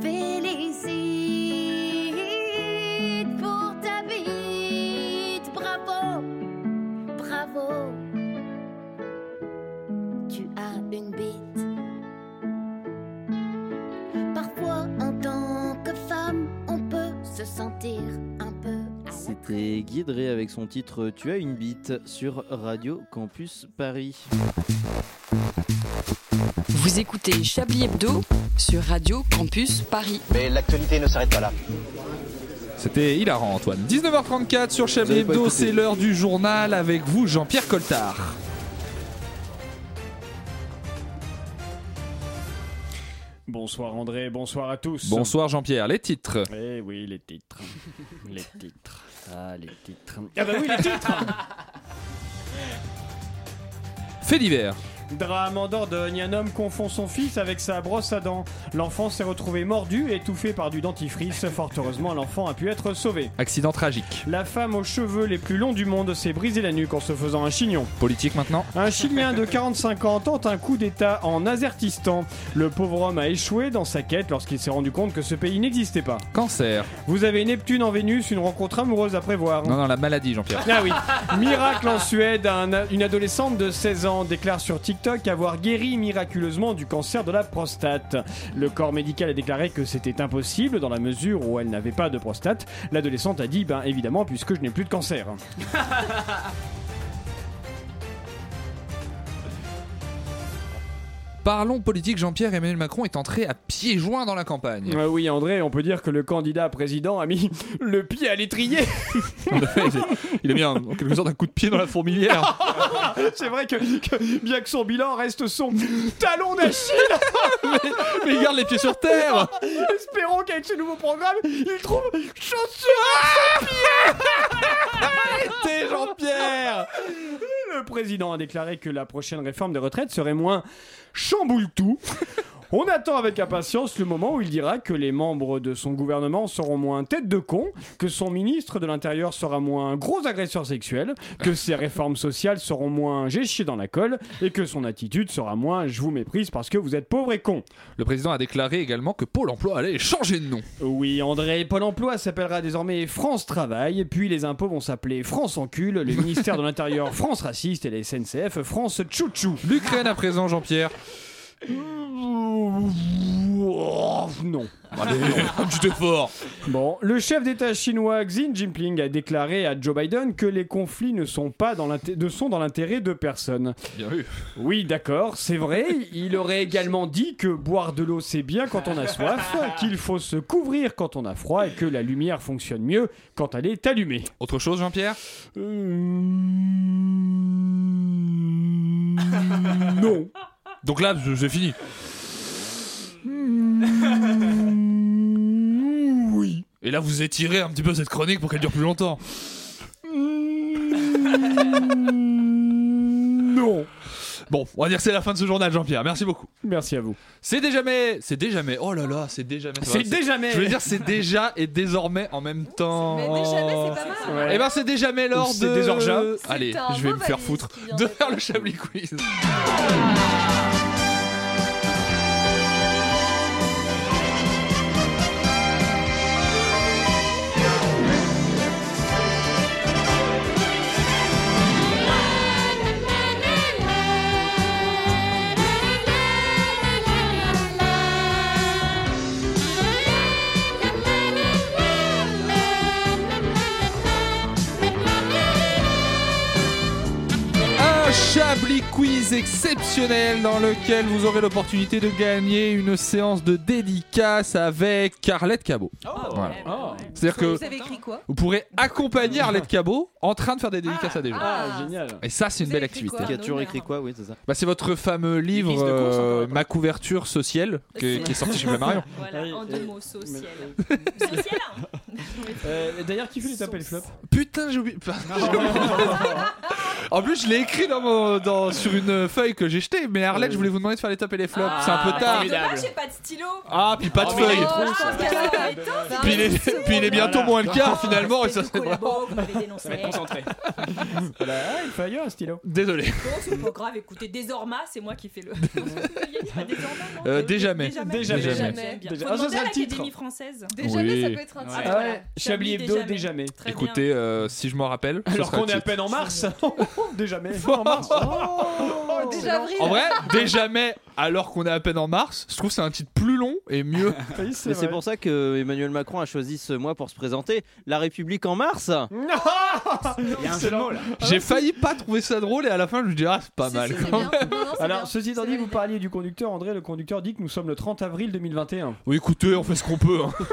Speaker 19: félicite pour ta bite. Bravo, bravo. Tu as une bite. Parfois, en tant que femme, on peut se sentir un peu.
Speaker 11: C'était Guidré avec son titre Tu as une bite sur Radio Campus Paris.
Speaker 7: Vous écoutez Chablis Hebdo sur Radio Campus Paris.
Speaker 3: Mais l'actualité ne s'arrête pas là.
Speaker 9: C'était hilarant, Antoine. 19h34 sur Chablis
Speaker 3: avez pas
Speaker 9: Hebdo,
Speaker 3: écouté.
Speaker 9: c'est l'heure du journal avec vous, Jean-Pierre Coltard.
Speaker 10: Bonsoir André, bonsoir à tous.
Speaker 9: Bonsoir Jean-Pierre, les titres.
Speaker 10: Eh oui, les titres. Les titres. Ah, les titres. Ah bah oui, les titres
Speaker 9: Fait divers.
Speaker 10: Drame en Dordogne, un homme confond son fils avec sa brosse à dents. L'enfant s'est retrouvé mordu, et étouffé par du dentifrice. Fort heureusement, l'enfant a pu être sauvé.
Speaker 9: Accident tragique.
Speaker 10: La femme aux cheveux les plus longs du monde s'est brisée la nuque en se faisant un chignon.
Speaker 9: Politique maintenant.
Speaker 10: Un Chilien de 45 ans tente un coup d'État en Azertistan. Le pauvre homme a échoué dans sa quête lorsqu'il s'est rendu compte que ce pays n'existait pas.
Speaker 9: Cancer.
Speaker 10: Vous avez Neptune en Vénus, une rencontre amoureuse à prévoir.
Speaker 9: Non, non, la maladie, Jean-Pierre.
Speaker 10: Ah oui. Miracle en Suède, un- une adolescente de 16 ans déclare sur TikTok TikTok avoir guéri miraculeusement du cancer de la prostate. Le corps médical a déclaré que c'était impossible dans la mesure où elle n'avait pas de prostate. L'adolescente a dit ben évidemment puisque je n'ai plus de cancer.
Speaker 9: Parlons politique, Jean-Pierre Emmanuel Macron est entré à pieds joints dans la campagne.
Speaker 10: Ah oui André, on peut dire que le candidat à président a mis le pied à l'étrier.
Speaker 9: Il a mis un- en quelque sorte un coup de pied dans la fourmilière.
Speaker 10: C'est vrai que, que bien que son bilan reste son talon d'Achille. mais,
Speaker 9: mais il garde les pieds sur terre.
Speaker 10: Espérons qu'avec ce nouveau programme, il trouve chaussure à son pied. Arrêtez Jean-Pierre. Le président a déclaré que la prochaine réforme des retraites serait moins chamboule tout. On attend avec impatience le moment où il dira que les membres de son gouvernement seront moins tête de con, que son ministre de l'Intérieur sera moins gros agresseur sexuel, que ses réformes sociales seront moins j'ai chié dans la colle et que son attitude sera moins je vous méprise parce que vous êtes pauvre et con.
Speaker 9: Le président a déclaré également que Pôle emploi allait changer de nom.
Speaker 10: Oui, André, Pôle emploi s'appellera désormais France Travail, puis les impôts vont s'appeler France Encule, le ministère de l'Intérieur France Raciste et les SNCF France Tchouchou.
Speaker 9: L'Ukraine à présent, Jean-Pierre.
Speaker 10: Oh, non.
Speaker 9: un petit effort.
Speaker 10: Bon, le chef d'État chinois Xi Jinping a déclaré à Joe Biden que les conflits ne sont pas dans l'inté- de sont dans l'intérêt de personne.
Speaker 9: Bien vu.
Speaker 10: Oui, d'accord, c'est vrai. Il aurait également dit que boire de l'eau c'est bien quand on a soif, qu'il faut se couvrir quand on a froid et que la lumière fonctionne mieux quand elle est allumée.
Speaker 9: Autre chose, Jean-Pierre
Speaker 10: Non.
Speaker 9: Donc là, c'est- c'est fini.
Speaker 10: Oui.
Speaker 9: Et là, vous étirez un petit peu cette chronique pour qu'elle dure plus longtemps.
Speaker 10: Non.
Speaker 9: Bon, on va dire que c'est la fin de ce journal, Jean-Pierre. Merci beaucoup.
Speaker 10: Merci à vous.
Speaker 9: C'est déjà mais, c'est déjà mais. Oh là là, c'est déjà mais.
Speaker 10: C'est déjà mais.
Speaker 9: Je veux dire, c'est déjà et désormais en même temps. Mais déjà mais, c'est pas
Speaker 10: mal.
Speaker 9: Et ben, c'est déjà mais lors
Speaker 10: Ou
Speaker 9: de.
Speaker 10: c'est des orgeats. C'est
Speaker 9: Allez,
Speaker 10: un
Speaker 9: je vais
Speaker 10: beau
Speaker 9: me faire
Speaker 10: valise
Speaker 9: foutre
Speaker 10: qui vient
Speaker 9: de faire le Chablis Quiz. Un Chablis Quiz exceptionnel dans lequel vous aurez l'opportunité de gagner une séance de dédicace avec Carlette Cabot. Voilà. C'est-à-dire que
Speaker 1: Vous avez écrit quoi
Speaker 9: vous pourrez accompagner Arlette Cabot en train de faire des dédicaces à des gens.
Speaker 1: ah,
Speaker 10: génial.
Speaker 9: Et ça, c'est une belle activité.
Speaker 11: Qui a toujours écrit quoi Oui, c'est ça.
Speaker 9: Bah, c'est votre fameux livre
Speaker 11: listes de courses,
Speaker 9: euh, Ma couverture sociale qui, est- qui est sorti chez Flammarion.
Speaker 6: Voilà, en deux mots, social.
Speaker 10: Euh, D'ailleurs, qui fait les tapes et les flops
Speaker 9: Putain, j'ai oublié. En plus, je l'ai écrit dans mon- dans- sur une feuille que j'ai jetée. Mais Arlette, je voulais vous demander de faire les tapes et les flops.
Speaker 6: Ah,
Speaker 9: c'est un peu tard.
Speaker 6: bah, Dommage, j'ai pas de stylo.
Speaker 9: Ah, puis pas de
Speaker 6: Oh, mais
Speaker 9: feuille.
Speaker 6: il est trop, ça.
Speaker 9: Puis il est, puis il est bientôt
Speaker 10: Voilà.
Speaker 9: moins le quart Ah, finalement. Et ça, c'est
Speaker 6: Collabo, vous m'avez dénoncé.
Speaker 10: Voilà, Ah, il faut ailleurs un stylo.
Speaker 9: Désolé.
Speaker 6: Bon, Oh, c'est pas grave, écoutez, désormais, c'est moi qui fais le. Il y a pas désormais, non
Speaker 9: Euh, dès jamais.
Speaker 6: Dès
Speaker 9: Dès
Speaker 6: jamais.
Speaker 9: jamais.
Speaker 6: J'aime bien.
Speaker 10: Déjà-
Speaker 6: Faut
Speaker 10: Ah, ça,
Speaker 6: demander
Speaker 10: c'est
Speaker 6: à
Speaker 10: le titre.
Speaker 6: l'Académie française.
Speaker 9: Dès jamais, Oui. ça peut
Speaker 1: être
Speaker 9: un
Speaker 10: titre. Ah ouais, Chablis Hebdo, dès jamais.
Speaker 9: Écoutez, euh, si je m'en rappelle. ce
Speaker 10: Alors
Speaker 9: sera
Speaker 10: qu'on
Speaker 9: le
Speaker 10: est à
Speaker 9: titre.
Speaker 10: peine en mars. Déjà jamais. En mars. Oh,
Speaker 1: Déjà avril.
Speaker 9: En vrai, dès jamais, alors qu'on est à peine en mars, je trouve que c'est un titre plus long et mieux.
Speaker 11: Mais c'est pour ça que euh, Emmanuel Macron a choisi ce mois pour se présenter. La République en mars. Ah
Speaker 10: Il y a un seul mot là.
Speaker 9: J'ai failli pas trouver ça drôle et à la fin je me dis ah c'est pas mal
Speaker 10: Oh.
Speaker 9: quand même.
Speaker 10: Alors, ceci étant dit, vous parliez du conducteur. André, le conducteur dit que nous sommes le 30 avril 2021.
Speaker 9: Oui écoutez on fait ce qu'on peut. hein. euh,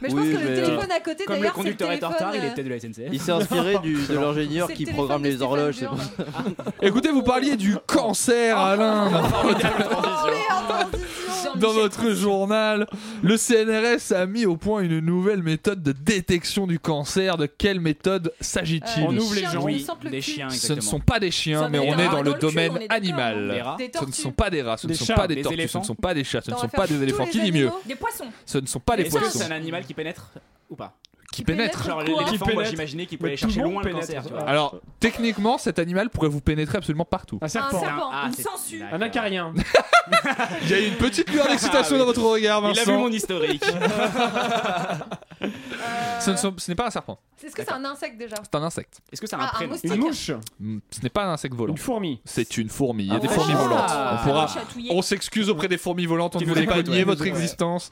Speaker 1: Mais je pense que le téléphone à côté,
Speaker 10: Comme le
Speaker 1: d'ailleurs, c'est
Speaker 10: conducteur est en
Speaker 1: téléphone,
Speaker 10: retard, il
Speaker 1: euh,
Speaker 10: était de la SNCF.
Speaker 11: Il s'est inspiré du, de l'ingénieur
Speaker 1: C'est
Speaker 11: qui
Speaker 1: le téléphone
Speaker 11: programme
Speaker 1: de
Speaker 11: les
Speaker 1: Stéphane
Speaker 11: horloges.
Speaker 1: Bern. Ah.
Speaker 11: c'est pour ça.
Speaker 9: écoutez vous parliez du cancer Alain
Speaker 6: Oh,
Speaker 9: dans, dans votre journal. Le CNRS a mis au point une nouvelle méthode de détection du cancer. De quelle méthode s'agit-il
Speaker 1: Euh, On des ouvre les chiens gens. qui sentent le Des cul. chiens,
Speaker 9: Ce ne
Speaker 1: exactement.
Speaker 9: sont pas des chiens
Speaker 1: Ça,
Speaker 9: mais
Speaker 1: on est
Speaker 9: on est
Speaker 1: d'accord.
Speaker 9: dans
Speaker 1: Dans
Speaker 9: le
Speaker 1: le cul, on est
Speaker 9: domaine
Speaker 1: d'accord. Des
Speaker 9: animal.
Speaker 1: rats. Des
Speaker 9: Ce ne
Speaker 1: tortues.
Speaker 9: sont pas des rats, ce ne
Speaker 10: Des
Speaker 9: sont
Speaker 10: chats.
Speaker 9: pas des
Speaker 10: Des
Speaker 9: tortues, ce
Speaker 10: éléphants.
Speaker 9: ne sont pas des chats, ce ne
Speaker 6: On va
Speaker 9: sont
Speaker 6: faire
Speaker 9: pas des
Speaker 6: tous
Speaker 9: éléphants,
Speaker 6: les
Speaker 9: qui dit mieux.
Speaker 6: animaux. Des poissons.
Speaker 9: Ce ne sont pas des
Speaker 5: Est-ce que
Speaker 9: poissons.
Speaker 5: c'est un animal qui pénètre ou pas
Speaker 9: Qui pénètre.
Speaker 5: Genre
Speaker 6: Quoi
Speaker 5: l'éléphant, moi
Speaker 10: Qui
Speaker 5: j'imaginais qu'il
Speaker 10: pénètre.
Speaker 5: pouvait
Speaker 10: Mais
Speaker 5: aller
Speaker 10: tout le
Speaker 5: chercher
Speaker 10: monde
Speaker 5: loin le
Speaker 10: pénètre.
Speaker 5: cancer, tu vois.
Speaker 9: Alors, techniquement, cet animal pourrait vous pénétrer absolument partout.
Speaker 10: Un serpent.
Speaker 6: Un serpent,
Speaker 5: Ah,
Speaker 6: une
Speaker 5: c'est-
Speaker 6: sangsue.
Speaker 10: Un acarien.
Speaker 9: Il y a eu une petite lueur d'excitation dans votre regard,
Speaker 5: Il a
Speaker 9: Vincent.
Speaker 5: vu mon historique.
Speaker 1: Euh,
Speaker 9: Ce ne sont- ce n'est pas un serpent.
Speaker 1: Est-ce que c'est un insecte déjà
Speaker 9: C'est un insecte. Mm,
Speaker 5: Est-ce que
Speaker 1: c'est un Ah, un prénom moustique. Une
Speaker 10: mouche
Speaker 9: Ce n'est pas un insecte volant. Une
Speaker 10: fourmi.
Speaker 9: C'est une fourmi. Il y
Speaker 10: Ah,
Speaker 9: a des
Speaker 10: ouais.
Speaker 9: fourmis
Speaker 10: Ah.
Speaker 9: volantes.
Speaker 10: Ça
Speaker 9: on pourra.
Speaker 10: va chatouiller.
Speaker 9: On s'excuse auprès des fourmis volantes. On ne
Speaker 10: Qui
Speaker 9: voulait
Speaker 10: nous
Speaker 9: pas
Speaker 10: écoutent,
Speaker 9: nier
Speaker 10: ouais.
Speaker 9: votre
Speaker 10: Ouais.
Speaker 9: existence.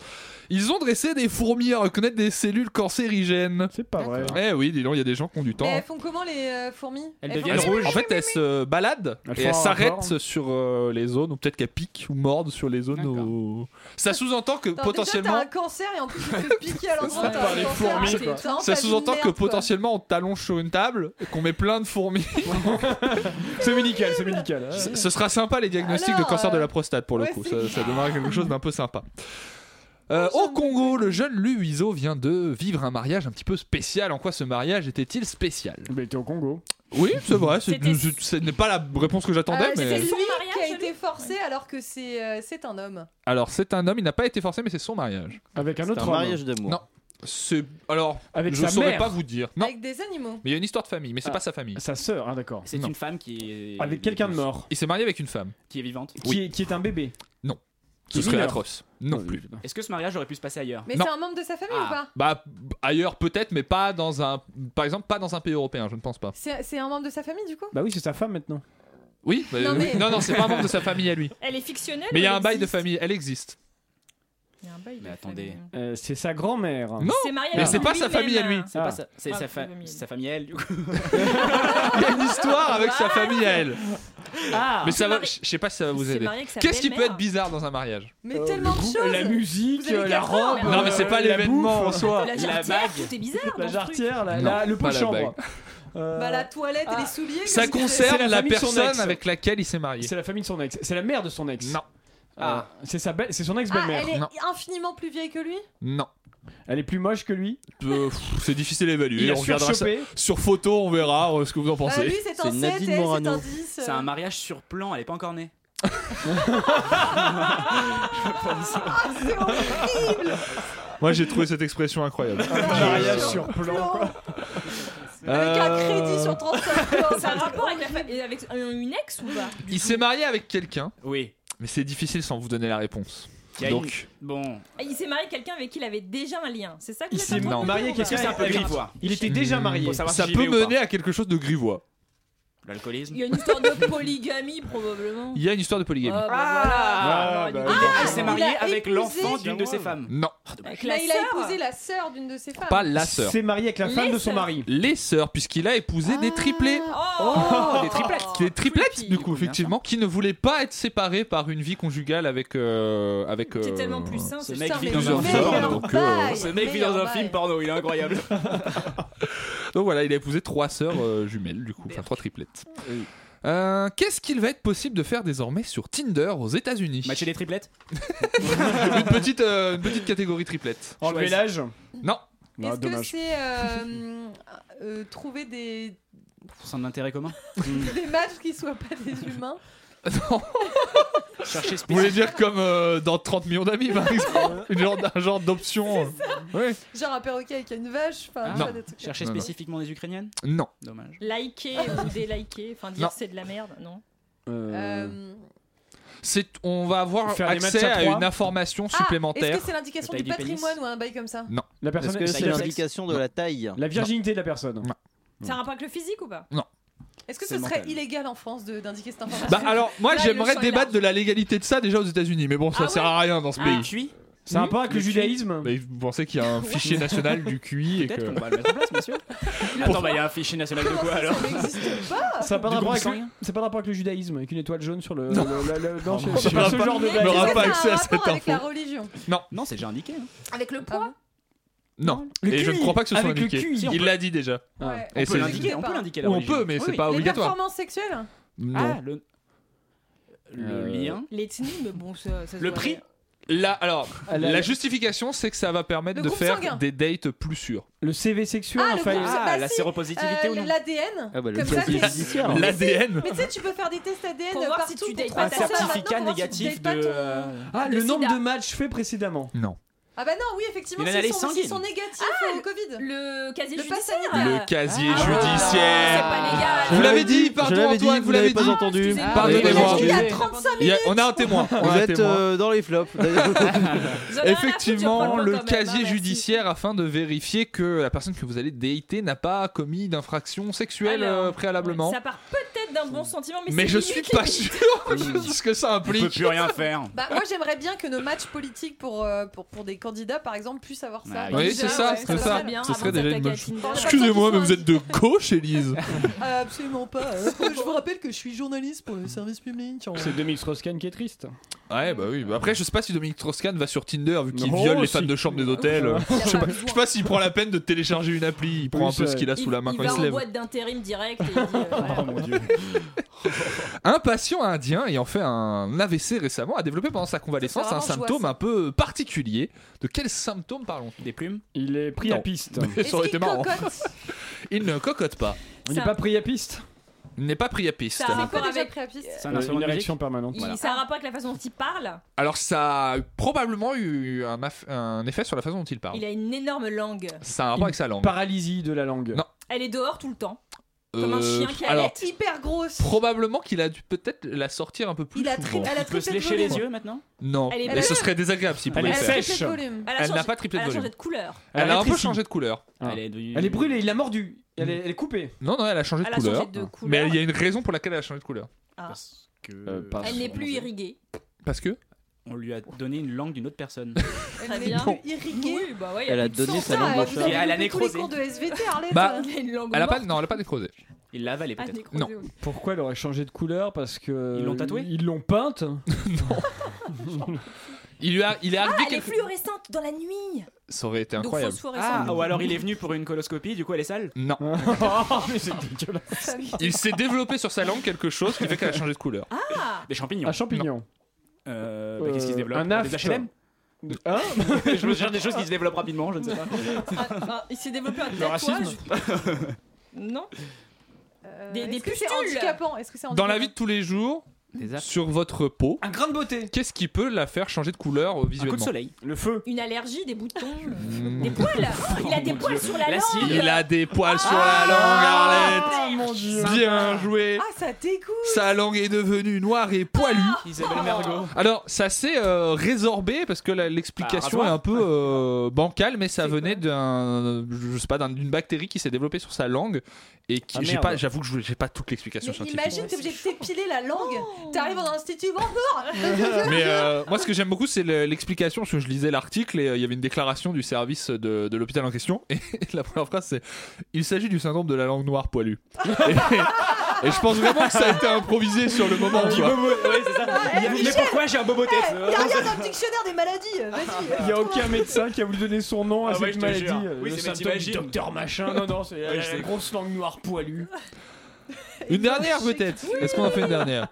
Speaker 9: Ils ont dressé des fourmis à reconnaître des cellules cancérigènes.
Speaker 10: C'est pas vrai.
Speaker 9: Eh oui, dis donc, il y a des gens qui ont du temps.
Speaker 1: Mais
Speaker 9: hein.
Speaker 1: elles font comment les euh, fourmis
Speaker 9: Elle
Speaker 1: font-
Speaker 9: En fait, elle se balade
Speaker 10: Elles
Speaker 9: et
Speaker 10: font
Speaker 9: elle
Speaker 10: un
Speaker 9: s'arrête
Speaker 10: rapport.
Speaker 9: sur euh, les zones, ou peut-être qu'elle pique ou morde sur les zones. où- Ça sous-entend que
Speaker 1: Attends,
Speaker 9: potentiellement.
Speaker 1: Déjà, t'as un cancer et en plus tu te fais piquer à l'endroit.
Speaker 9: ça,
Speaker 1: t'as
Speaker 9: par
Speaker 1: un
Speaker 9: les
Speaker 1: cancer,
Speaker 9: fourmis,
Speaker 1: c'est
Speaker 9: quoi.
Speaker 1: vraiment
Speaker 9: Ça
Speaker 1: pas une
Speaker 9: sous-entend que
Speaker 1: merde, quoi.
Speaker 9: potentiellement on t'allonge sur une table, qu'on met plein de fourmis.
Speaker 10: c'est médical, c'est médical.
Speaker 9: Ce ce sera sympa les diagnostics de
Speaker 10: Mm. Alors,
Speaker 9: cancer de
Speaker 10: euh,
Speaker 9: la prostate pour le
Speaker 10: ouais,
Speaker 9: coup. Ça,
Speaker 10: c'est
Speaker 9: ça donnera quelque chose d'un peu sympa. Euh, au Congo, le jeune Luizo vient de vivre un mariage un petit peu spécial. En quoi ce mariage était-il spécial
Speaker 10: Il était au Congo.
Speaker 9: Oui, c'est vrai. c'est-
Speaker 10: C'était-
Speaker 9: c'est- Ce n'est pas la réponse que j'attendais.
Speaker 1: Euh,
Speaker 9: mais...
Speaker 1: C'est lui qui a été forcé alors que c'est euh, c'est un homme.
Speaker 9: Alors, c'est un homme, il n'a pas été forcé, mais c'est son mariage.
Speaker 10: Avec un
Speaker 1: autre
Speaker 11: un homme. mariage d'amour.
Speaker 9: Non. C'est. Alors,
Speaker 10: Avec
Speaker 9: je
Speaker 10: sa
Speaker 9: saurais
Speaker 10: mère.
Speaker 9: pas vous dire. Non.
Speaker 1: Avec des animaux.
Speaker 9: Mais il y a une histoire de famille, mais c'est
Speaker 10: Ah.
Speaker 9: pas sa famille.
Speaker 10: Sa sœur, ah d'accord.
Speaker 5: C'est
Speaker 9: Non.
Speaker 5: une femme qui est.
Speaker 10: quelqu'un de mort.
Speaker 9: Il s'est marié avec une femme.
Speaker 5: Qui est vivante.
Speaker 10: Qui, est, qui est un bébé.
Speaker 9: Non.
Speaker 10: Qui
Speaker 9: Ce
Speaker 10: est
Speaker 9: serait
Speaker 10: mineur.
Speaker 9: atroce. Non plus.
Speaker 5: Est-ce que ce mariage aurait pu se passer ailleurs
Speaker 1: Mais
Speaker 9: Non.
Speaker 1: c'est un membre de sa famille
Speaker 9: Ah.
Speaker 1: ou pas
Speaker 9: Bah, b- ailleurs peut-être, mais pas dans un. Par exemple, pas dans un pays européen, je ne pense pas.
Speaker 1: C'est c'est un membre de sa famille du coup
Speaker 10: Bah oui, c'est sa femme maintenant.
Speaker 9: Oui, bah, oui.
Speaker 1: Non,
Speaker 9: non,
Speaker 1: mais-
Speaker 9: non, c'est pas un membre de sa famille à lui.
Speaker 6: Elle est fictionnelle
Speaker 9: Mais il y a
Speaker 6: ou
Speaker 9: un
Speaker 6: elle
Speaker 9: bail de
Speaker 6: existe
Speaker 9: famille, elle existe.
Speaker 6: Il y a un bail de
Speaker 5: Attendez.
Speaker 10: Euh, c'est sa grand-mère.
Speaker 9: Non,
Speaker 6: C'est marié
Speaker 9: mais
Speaker 6: avec
Speaker 9: c'est pas sa
Speaker 6: lui-même.
Speaker 9: famille à lui.
Speaker 5: C'est
Speaker 10: Ah.
Speaker 5: pas sa, c'est
Speaker 6: Ah,
Speaker 5: sa, fa- sa famille à elle, du coup.
Speaker 9: Il y a une histoire avec sa famille à elle.
Speaker 6: Ah.
Speaker 9: Mais ça va, je sais pas si ça va vous
Speaker 6: C'est
Speaker 9: aider.
Speaker 6: marié avec sa
Speaker 9: Qu'est-ce qui peut
Speaker 6: belle-mère.
Speaker 9: être bizarre dans un mariage
Speaker 1: Mais tellement de choses
Speaker 10: La musique,
Speaker 1: Vous avez
Speaker 10: la
Speaker 1: quatre heures,
Speaker 10: robe.
Speaker 1: maintenant.
Speaker 9: Non, mais c'est pas
Speaker 10: euh, la
Speaker 9: l'événement
Speaker 10: bouffe.
Speaker 9: en soi.
Speaker 6: La
Speaker 9: La
Speaker 6: jarretière,
Speaker 9: bague.
Speaker 6: tout est bizarre dans
Speaker 10: La
Speaker 6: ce truc.
Speaker 10: jarretière, la-
Speaker 9: Non,
Speaker 10: la- le pot
Speaker 9: pas
Speaker 10: de
Speaker 9: la
Speaker 10: chambre.
Speaker 9: bague.
Speaker 10: Euh,
Speaker 1: Bah la toilette
Speaker 6: Ah.
Speaker 1: et les souliers.
Speaker 9: Ça
Speaker 1: comme tu disais.
Speaker 9: concerne
Speaker 10: C'est la
Speaker 9: la
Speaker 10: famille de son
Speaker 9: personne
Speaker 10: ex.
Speaker 9: avec laquelle il s'est marié.
Speaker 10: C'est la famille de son ex. C'est la mère de son ex. Non.
Speaker 9: Ah.
Speaker 10: c'est sa belle, c'est son
Speaker 1: Ah,
Speaker 10: ex-belle-mère.
Speaker 1: elle est infiniment plus vieille que lui
Speaker 9: Non.
Speaker 10: Elle est plus moche que lui.
Speaker 9: Euh, pff, c'est difficile à évaluer.
Speaker 10: Il a
Speaker 9: on regardera ça.
Speaker 10: surchopé.
Speaker 9: Sur photo, on verra euh, ce que vous en pensez.
Speaker 1: Bah, lui, c'est un
Speaker 9: C'est euh.
Speaker 1: 7,
Speaker 9: Nadine
Speaker 1: elle, c'est un
Speaker 9: Morano.
Speaker 1: 10.
Speaker 5: C'est un mariage sur plan, elle est pas encore née.
Speaker 9: Moi, j'ai trouvé cette expression incroyable.
Speaker 10: Mariage sur plan.
Speaker 9: bah, Avec
Speaker 6: un crédit sur
Speaker 1: 35
Speaker 6: Ça a un rapport avec, la fa- et avec une ex ou pas
Speaker 9: Il s'est marié avec quelqu'un.
Speaker 5: Oui.
Speaker 9: Mais c'est difficile sans vous donner la réponse.
Speaker 5: Il y a une-
Speaker 9: Donc,
Speaker 5: Bon.
Speaker 6: Et Il s'est marié avec quelqu'un avec qui il avait déjà un lien. C'est ça que
Speaker 9: Il
Speaker 6: vous êtes
Speaker 9: s'est
Speaker 6: en train de
Speaker 9: non.
Speaker 6: me
Speaker 9: marié
Speaker 6: dire, ou
Speaker 9: quelqu'un
Speaker 6: pas
Speaker 5: C'est un peu
Speaker 10: avec-
Speaker 5: grivois.
Speaker 10: Il était déjà marié.
Speaker 5: Faut savoir
Speaker 9: ça
Speaker 5: s'il
Speaker 9: peut
Speaker 5: est ou pas.
Speaker 9: mener à quelque chose de grivois.
Speaker 5: L'alcoolisme.
Speaker 6: Il y a une histoire de polygamie probablement.
Speaker 9: Il y a une histoire de polygamie.
Speaker 6: Ah, bah,
Speaker 5: Ah,
Speaker 6: voilà.
Speaker 5: bah,
Speaker 6: Ah,
Speaker 5: elle s'est
Speaker 6: il
Speaker 5: mariée
Speaker 6: a
Speaker 5: avec
Speaker 6: épousé-
Speaker 5: l'enfant d'une de ses femmes.
Speaker 9: Non,
Speaker 6: Avec
Speaker 1: Là,
Speaker 6: la
Speaker 1: Bah, il a
Speaker 6: sœur.
Speaker 1: épousé la sœur d'une de ses femmes.
Speaker 9: pas la sœur.
Speaker 10: S'est marié avec la femme
Speaker 1: Les
Speaker 10: de son
Speaker 1: sœurs.
Speaker 10: mari.
Speaker 9: Les sœurs, puisqu'il a épousé des triplés.
Speaker 6: Ah. Oh,
Speaker 5: des triplettes.
Speaker 9: Des triplettes, du coup, effectivement, qui ne voulaient pas être séparées par une vie conjugale avec. euh, avec
Speaker 6: C'est
Speaker 9: euh,
Speaker 6: tellement plus sain.
Speaker 5: Ce
Speaker 6: c'est
Speaker 5: mec
Speaker 6: ça,
Speaker 5: vit
Speaker 6: mais-
Speaker 5: dans un
Speaker 9: Plusieurs
Speaker 5: film
Speaker 9: hommes,
Speaker 5: porno.
Speaker 9: donc, euh,
Speaker 5: Ce mec vit dans un film porno, il est incroyable.
Speaker 9: Donc voilà, il a épousé trois sœurs euh, jumelles, du coup, enfin trois triplettes. Euh, Qu'est-ce qu'il va être possible de faire désormais sur Tinder aux États-Unis
Speaker 5: Matcher des triplettes
Speaker 9: une, petite, euh, une petite catégorie triplette.
Speaker 10: Enlever l'âge.
Speaker 9: Non. Ah,
Speaker 1: Est-ce que c'est euh, euh, trouver des,
Speaker 5: Pour son intérêt commun Hmm.
Speaker 1: des matchs qui soient pas des humains
Speaker 5: Chercher
Speaker 9: Vous voulez dire comme euh, dans 30 millions d'amis, par exemple Une genre, Un genre d'option. euh. Oui.
Speaker 1: Genre un perroquet avec une vache enfin,
Speaker 9: Ah.
Speaker 1: tu vois,
Speaker 9: Non.
Speaker 1: des trucs comme
Speaker 5: Chercher
Speaker 9: Non, non.
Speaker 5: spécifiquement des Ukrainiennes
Speaker 9: Non.
Speaker 5: Dommage.
Speaker 6: Liker ou déliker, enfin dire
Speaker 9: Non.
Speaker 6: c'est de la merde, non
Speaker 1: Euh,
Speaker 9: C'est, on va avoir
Speaker 10: Faire des
Speaker 9: accès
Speaker 10: matchs à
Speaker 9: à,
Speaker 10: trois.
Speaker 9: une information
Speaker 1: ah,
Speaker 9: supplémentaire.
Speaker 1: Est-ce que c'est l'indication du patrimoine ou un bail comme ça
Speaker 9: Non.
Speaker 10: La personne
Speaker 11: Est-ce que
Speaker 10: la
Speaker 11: c'est
Speaker 10: personne-
Speaker 11: l'indication de la taille
Speaker 10: La virginité de la personne.
Speaker 6: Ça a un rapport avec le physique ou pas
Speaker 9: Non.
Speaker 1: Est-ce que
Speaker 9: C'est
Speaker 1: ce serait
Speaker 9: mental.
Speaker 1: illégal en France de- d'indiquer cette information
Speaker 9: Bah alors, moi
Speaker 1: Là, le
Speaker 9: j'aimerais
Speaker 1: champ est
Speaker 9: débattre de la légalité de ça déjà aux États-Unis, mais bon, ça
Speaker 1: Ah
Speaker 9: sert à rien dans ce
Speaker 5: Ah,
Speaker 9: pays. Hmm
Speaker 5: cuit
Speaker 10: C'est un rapport avec le judaïsme.
Speaker 9: Mais Bah, vous pensez qu'il y a un fichier national du QI et
Speaker 5: Peut-être
Speaker 9: que.
Speaker 5: qu'on va le mettre en place, bien sûr. Attends, bah il y a un fichier national de quoi alors
Speaker 10: Ça n'a pas, de
Speaker 5: Du
Speaker 10: rapport
Speaker 5: groupe
Speaker 10: avec le-
Speaker 5: sanguin.
Speaker 10: ça a pas de rapport avec le judaïsme, avec une étoile jaune sur le.
Speaker 9: Non.
Speaker 10: le- le- le- non,
Speaker 9: Pardon,
Speaker 10: c'est
Speaker 9: je
Speaker 10: pas
Speaker 9: n'aurai
Speaker 10: ce
Speaker 9: pas-
Speaker 10: genre de
Speaker 9: je
Speaker 10: bail.
Speaker 9: n'aurai
Speaker 1: Est-ce que
Speaker 9: pas
Speaker 1: ça a
Speaker 9: accès
Speaker 1: un
Speaker 9: à cette
Speaker 1: rapport avec la
Speaker 9: info.
Speaker 1: religion
Speaker 9: Non,
Speaker 5: Non, c'est déjà indiqué. hein.
Speaker 1: Avec le poids
Speaker 9: non.
Speaker 10: Le
Speaker 9: et je
Speaker 10: QI,
Speaker 9: ne crois pas que ce soit
Speaker 10: avec le
Speaker 9: indiqué.
Speaker 10: QI. Si, on
Speaker 9: Il
Speaker 10: peut-
Speaker 9: l'a dit déjà.
Speaker 5: On
Speaker 10: Ouais.
Speaker 9: Et
Speaker 5: peut
Speaker 9: c'est-
Speaker 5: l'indiquer, on peut l'indiquer la
Speaker 9: On
Speaker 5: religion.
Speaker 9: peut, mais
Speaker 5: Oui,
Speaker 9: c'est
Speaker 5: oui.
Speaker 9: pas
Speaker 1: Les
Speaker 9: obligatoire.
Speaker 1: performances sexuelles
Speaker 9: Non.
Speaker 5: Ah, le.
Speaker 10: Euh,
Speaker 5: Le
Speaker 9: Hein
Speaker 5: lien.
Speaker 6: L'ethnie, mais bon, ça, ça se
Speaker 9: Le
Speaker 6: voit
Speaker 9: prix
Speaker 6: bien.
Speaker 9: Là, alors,
Speaker 10: Ah, là,
Speaker 9: la
Speaker 10: là.
Speaker 9: justification, c'est que ça va permettre
Speaker 1: Le
Speaker 9: de
Speaker 1: groupe
Speaker 9: faire
Speaker 1: sanguin.
Speaker 9: des dates plus sûres.
Speaker 10: Le CV sexuel,
Speaker 1: Ah, le
Speaker 10: enfin,
Speaker 1: groupe
Speaker 10: il-
Speaker 1: sanguin.
Speaker 5: Ah,
Speaker 1: Bah,
Speaker 5: la
Speaker 1: si,
Speaker 5: séropositivité ou
Speaker 1: Euh,
Speaker 5: non
Speaker 1: L'ADN
Speaker 11: Ah bah, le
Speaker 1: Comme ça,
Speaker 11: casier
Speaker 1: t'es-
Speaker 11: judiciaire.
Speaker 1: Mais si,
Speaker 9: L'ADN.
Speaker 1: Mais tu sais, tu peux faire des tests ADN
Speaker 6: Pour voir
Speaker 1: partout
Speaker 6: si tu dates
Speaker 1: pour
Speaker 6: pas
Speaker 5: Un
Speaker 1: trouver
Speaker 6: ta sœur,
Speaker 1: ça maintenant,
Speaker 5: certificat
Speaker 1: pour voir si tu
Speaker 5: négatif
Speaker 1: dates pas
Speaker 5: de.
Speaker 1: ton-
Speaker 5: euh,
Speaker 10: Ah, le nombre de matchs faits précédemment.
Speaker 9: Non.
Speaker 12: Ah bah non, oui, effectivement,
Speaker 5: Il y en a
Speaker 12: s'ils
Speaker 5: les
Speaker 12: sont,
Speaker 5: sanguines.
Speaker 12: s'ils sont négatifs au Covid.
Speaker 6: Ah, Le casier
Speaker 12: judiciaire.
Speaker 9: Le casier
Speaker 12: Ah.
Speaker 9: judiciaire.
Speaker 6: Ah,
Speaker 12: C'est pas légal.
Speaker 9: Vous l'avez dit,
Speaker 11: Je
Speaker 9: pardon
Speaker 11: l'avais
Speaker 9: Antoine,
Speaker 11: dit,
Speaker 9: vous
Speaker 11: vous
Speaker 9: l'avez
Speaker 11: l'avez
Speaker 9: dit.
Speaker 11: pas entendu.
Speaker 9: Pardonnez-moi.
Speaker 11: Il y a
Speaker 9: Il y a- On a un témoin. on
Speaker 11: Vous
Speaker 9: a un
Speaker 11: êtes
Speaker 9: témoin.
Speaker 11: euh, dans les flops.
Speaker 9: Effectivement,
Speaker 11: prendre
Speaker 9: le
Speaker 11: quand même, hein,
Speaker 9: casier judiciaire afin de vérifier que la personne que vous allez dater n'a pas commis d'infraction sexuelle
Speaker 6: Alors,
Speaker 9: euh, préalablement.
Speaker 6: Ça part peut-être d'un bon sentiment, mais,
Speaker 9: Mais
Speaker 6: c'est
Speaker 9: je
Speaker 6: limite
Speaker 9: suis pas
Speaker 6: limite.
Speaker 9: sûr de ce que ça implique.
Speaker 5: On peut plus rien faire.
Speaker 12: Bah, moi j'aimerais bien que nos matchs politiques pour, euh, pour, pour des candidats par exemple puissent avoir
Speaker 1: Ah
Speaker 12: ça.
Speaker 9: Ah Oui, c'est ça, c'est ça. Ce serait déjà une bonne chose. Excusez-moi, mais vous êtes de gauche, Élise.
Speaker 12: Ah, absolument pas. hein. Je vous rappelle que je suis journaliste pour le service public. hein.
Speaker 10: C'est Dominique strauss qui est triste.
Speaker 9: Ouais, bah oui. Bah Après, je sais pas si Dominique Troscan va sur Tinder vu qu'il
Speaker 10: Non,
Speaker 9: viole les
Speaker 10: si.
Speaker 9: femmes de chambre des hôtels. je sais pas, je sais pas s'il prend la peine de télécharger une appli. Il prend
Speaker 10: Oui,
Speaker 9: un peu
Speaker 10: c'est
Speaker 9: ce qu'il a
Speaker 10: vrai.
Speaker 9: sous la main
Speaker 6: il
Speaker 9: quand
Speaker 6: va
Speaker 9: il se
Speaker 6: en
Speaker 9: lève.
Speaker 6: boîte d'intérim direct et il dit, euh, voilà.
Speaker 9: Un patient indien ayant fait un AVC récemment a développé pendant sa convalescence
Speaker 10: Ça,
Speaker 9: un
Speaker 10: c'est vraiment
Speaker 9: symptôme un peu particulier. De quel symptôme parlons Des plumes
Speaker 10: Il est pris à piste.
Speaker 9: Ça aurait été marrant. Il ne cocotte pas.
Speaker 10: Il n'est
Speaker 6: Ça-
Speaker 10: pas pris à piste
Speaker 9: Il n'est pas pris à Euh, piste.
Speaker 6: Ça a rapport
Speaker 12: déjà
Speaker 6: avec-
Speaker 12: pris à piste
Speaker 9: C'est un instrument
Speaker 10: Une
Speaker 9: de
Speaker 10: érection
Speaker 9: musique.
Speaker 10: permanente.
Speaker 6: Il- Ça a rapport avec la façon dont il parle.
Speaker 9: Alors ça a probablement eu un, aff- un effet sur la façon dont il parle.
Speaker 6: Il a une énorme langue.
Speaker 9: Ça a un rapport avec sa langue.
Speaker 10: Paralysie de la langue.
Speaker 9: Non.
Speaker 6: Elle est dehors tout le temps. Comme un
Speaker 9: Euh,
Speaker 6: chien qui
Speaker 9: alors,
Speaker 6: est
Speaker 12: hyper grosse.
Speaker 9: Probablement qu'il a dû peut-être la sortir un peu plus.
Speaker 6: Il a tri-
Speaker 9: souvent.
Speaker 6: elle a Il peut se triplé de lécher les volume. yeux, maintenant
Speaker 9: Non,
Speaker 6: Elle est
Speaker 9: mais
Speaker 6: bleue.
Speaker 9: ce serait désagréable s'il
Speaker 10: Elle
Speaker 9: pouvait
Speaker 10: est
Speaker 9: le faire.
Speaker 10: sèche. Elle a
Speaker 6: Elle a
Speaker 9: Elle n'a
Speaker 6: changé-
Speaker 9: pas triplé de
Speaker 6: Elle a
Speaker 9: volume.
Speaker 6: changé de couleur.
Speaker 9: Elle a un peu
Speaker 10: rétréci.
Speaker 9: changé de couleur.
Speaker 10: Elle est Ah. Elle est brûlée, il l'a mordu. Elle est, elle est coupée.
Speaker 9: Non, non, elle a changé
Speaker 6: Elle
Speaker 9: de
Speaker 6: a
Speaker 9: couleur.
Speaker 6: changé de couleur.
Speaker 9: Mais il y a une raison pour laquelle elle a changé de couleur.
Speaker 6: Ah.
Speaker 9: parce-
Speaker 6: Elle n'est plus irriguée.
Speaker 9: Parce que
Speaker 5: On lui a donné une langue d'une autre personne.
Speaker 6: Très bien.
Speaker 12: Irriguée.
Speaker 6: Oui, bah ouais, il y
Speaker 5: Elle a
Speaker 6: plus de
Speaker 5: donné
Speaker 6: sang.
Speaker 5: sa langue
Speaker 12: Ah,
Speaker 5: au
Speaker 12: vous
Speaker 5: chat.
Speaker 12: avez
Speaker 5: Et elle a
Speaker 12: loupé tous les
Speaker 5: nécrosé.
Speaker 12: cours de SVT, Arlette.
Speaker 9: Bah,
Speaker 12: hein.
Speaker 9: elle a pas, non, elle a pas décrosé.
Speaker 5: Il l'a avalé
Speaker 12: Ah,
Speaker 5: peut-être.
Speaker 12: décroisé, oui.
Speaker 10: Pourquoi elle aurait changé de couleur Parce que.
Speaker 5: Ils l'ont tatouée
Speaker 10: Ils l'ont peinte
Speaker 9: Il lui a, il est
Speaker 6: Ah,
Speaker 9: arrivé
Speaker 6: elle est
Speaker 9: quelque...
Speaker 6: fluorescente dans la nuit.
Speaker 9: Ça aurait été
Speaker 6: Donc,
Speaker 9: incroyable.
Speaker 6: phosphorescente.
Speaker 5: Ah, ou alors il est venu pour une coloscopie, du coup elle est sale Oh,
Speaker 9: Non.
Speaker 5: mais c'est
Speaker 6: Ah
Speaker 5: dégueulasse.
Speaker 9: Il s'est développé sur sa langue quelque chose qui fait qu'elle a changé de couleur.
Speaker 5: Des champignons.
Speaker 10: Un champignon.
Speaker 5: Euh, bah, Qu'est-ce qui se développe
Speaker 10: Un
Speaker 5: Des H&M
Speaker 10: aft.
Speaker 5: HLM
Speaker 10: Hein
Speaker 5: Je me cherche des choses qui se développent rapidement, je ne sais pas.
Speaker 6: Ah, il s'est développé un
Speaker 5: Le
Speaker 6: tatouage.
Speaker 5: racisme
Speaker 6: Non
Speaker 12: Euh,
Speaker 6: Des, des
Speaker 12: Est-ce que
Speaker 6: pustules.
Speaker 12: c'est handicapant Est-ce que c'est
Speaker 9: Dans la
Speaker 12: handicapant
Speaker 9: vie de tous les jours, sur votre peau, un grain de beauté. Qu'est-ce qui peut la faire changer de couleur euh, visuellement
Speaker 5: soleil.
Speaker 10: Le feu.
Speaker 6: Une allergie, des boutons, euh,
Speaker 9: Mmh.
Speaker 6: des poils. Il a
Speaker 9: Oh
Speaker 6: des poils sur la langue.
Speaker 9: Il a des poils sur
Speaker 6: Oh Ah,
Speaker 9: la langue, Arlette.
Speaker 6: Ah, mon dieu.
Speaker 9: Bien joué.
Speaker 12: Ah, ça dégoûte
Speaker 9: Sa langue est devenue noire et poilue.
Speaker 5: Isabelle Mergo.
Speaker 9: Alors, ça s'est euh, résorbé parce que la- l'explication
Speaker 5: Ah,
Speaker 9: est un peu euh, bancale, mais ça venait d'un, je sais pas, d'un- d'une bactérie qui s'est développée sur sa langue et qui,
Speaker 10: Ah,
Speaker 9: j'ai
Speaker 10: merde.
Speaker 9: pas, j'avoue que je- j'ai pas toute l'explication
Speaker 12: Mais
Speaker 9: scientifique.
Speaker 12: imagine, t'es obligé de t'épiler la langue.
Speaker 6: Oh.
Speaker 12: T'arrives dans l'institut,
Speaker 6: Ah.
Speaker 12: bonjour
Speaker 9: Mais euh, moi, ce que j'aime beaucoup, c'est le- l'explication, parce que je lisais l'article et euh, il y avait une déclaration du service de, de l'hôpital en question. Et la première phrase, c'est Il s'agit du syndrome de la langue noire poilue. et, et je pense vraiment que ça a été improvisé sur le moment.
Speaker 5: Du
Speaker 9: quoi.
Speaker 5: bobo- ouais, c'est ça. Il y a-
Speaker 12: eh,
Speaker 5: Mais
Speaker 12: Michel
Speaker 5: pourquoi j'ai un bobo test
Speaker 12: Hey, Y'a rien dans le dictionnaire des maladies Vas-y
Speaker 10: Il n'y a aucun médecin qui a voulu donner son nom à
Speaker 5: Ah ouais,
Speaker 10: cette
Speaker 5: je te
Speaker 10: maladie.
Speaker 5: jure.
Speaker 10: Euh,
Speaker 5: Oui,
Speaker 10: le
Speaker 5: c'est
Speaker 10: symptôme
Speaker 5: médecine magique.
Speaker 10: du docteur machin. Non, non, c'est
Speaker 5: Ouais, je
Speaker 10: la
Speaker 5: sais.
Speaker 10: grosse langue noire poilue.
Speaker 9: Une dernière peut-être Est-ce qu'on en fait une dernière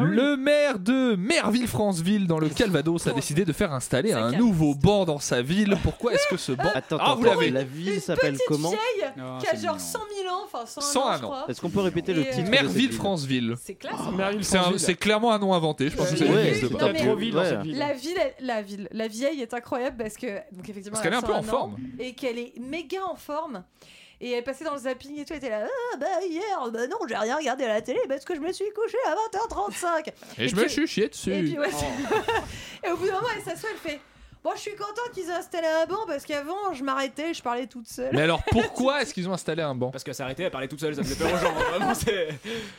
Speaker 9: Le maire de Merville-Franceville dans le Calvados a décidé de faire installer un nouveau banc dans sa ville. Pourquoi est-ce que ce banc
Speaker 11: Attends,
Speaker 9: Ah,
Speaker 11: attends,
Speaker 9: vous l'avez
Speaker 11: la ville s'appelle comment
Speaker 12: Vieille
Speaker 11: Non,
Speaker 12: qui a
Speaker 11: c'est
Speaker 12: genre 100 000 ans, enfin 101 ans,
Speaker 9: 101
Speaker 12: je
Speaker 9: ans.
Speaker 12: crois.
Speaker 11: Est-ce qu'on peut répéter
Speaker 12: Et,
Speaker 11: le
Speaker 12: euh,
Speaker 11: titre de cette
Speaker 9: Merville
Speaker 11: ville
Speaker 9: Franceville.
Speaker 12: C'est classe.
Speaker 10: hein. Merville
Speaker 9: C'est un-
Speaker 10: Franceville.
Speaker 9: C'est clairement un nom inventé. Je pense que ça
Speaker 11: Ouais,
Speaker 9: n'existe
Speaker 11: c'est
Speaker 9: pas.
Speaker 12: Non, mais-
Speaker 10: trop vite dans cette
Speaker 11: Ouais.
Speaker 10: ville.
Speaker 12: La ville, elle- la ville, la vieille est incroyable parce que donc effectivement
Speaker 9: Parce qu'elle est un peu
Speaker 12: 101
Speaker 9: en forme.
Speaker 12: ans et qu'elle est méga en forme. Et elle passait dans le zapping et tout, elle était là, ah bah hier, bah non, j'ai rien regardé à la télé parce que je me suis couché à 20h35.
Speaker 9: Et je me
Speaker 12: puis-
Speaker 9: suis chié
Speaker 12: Et
Speaker 9: dessus. Oh.
Speaker 12: puis ouais, c'est- et au bout d'un moment, elle s'assoit, elle fait, bon, je suis contente qu'ils aient installé un banc parce qu'avant, je m'arrêtais, je parlais toute seule.
Speaker 9: Mais alors pourquoi est-ce qu'ils ont installé un banc
Speaker 5: Parce que s'arrêter, elle parlait toute seule, ça faisait peur aux gens. Vraiment, c'est.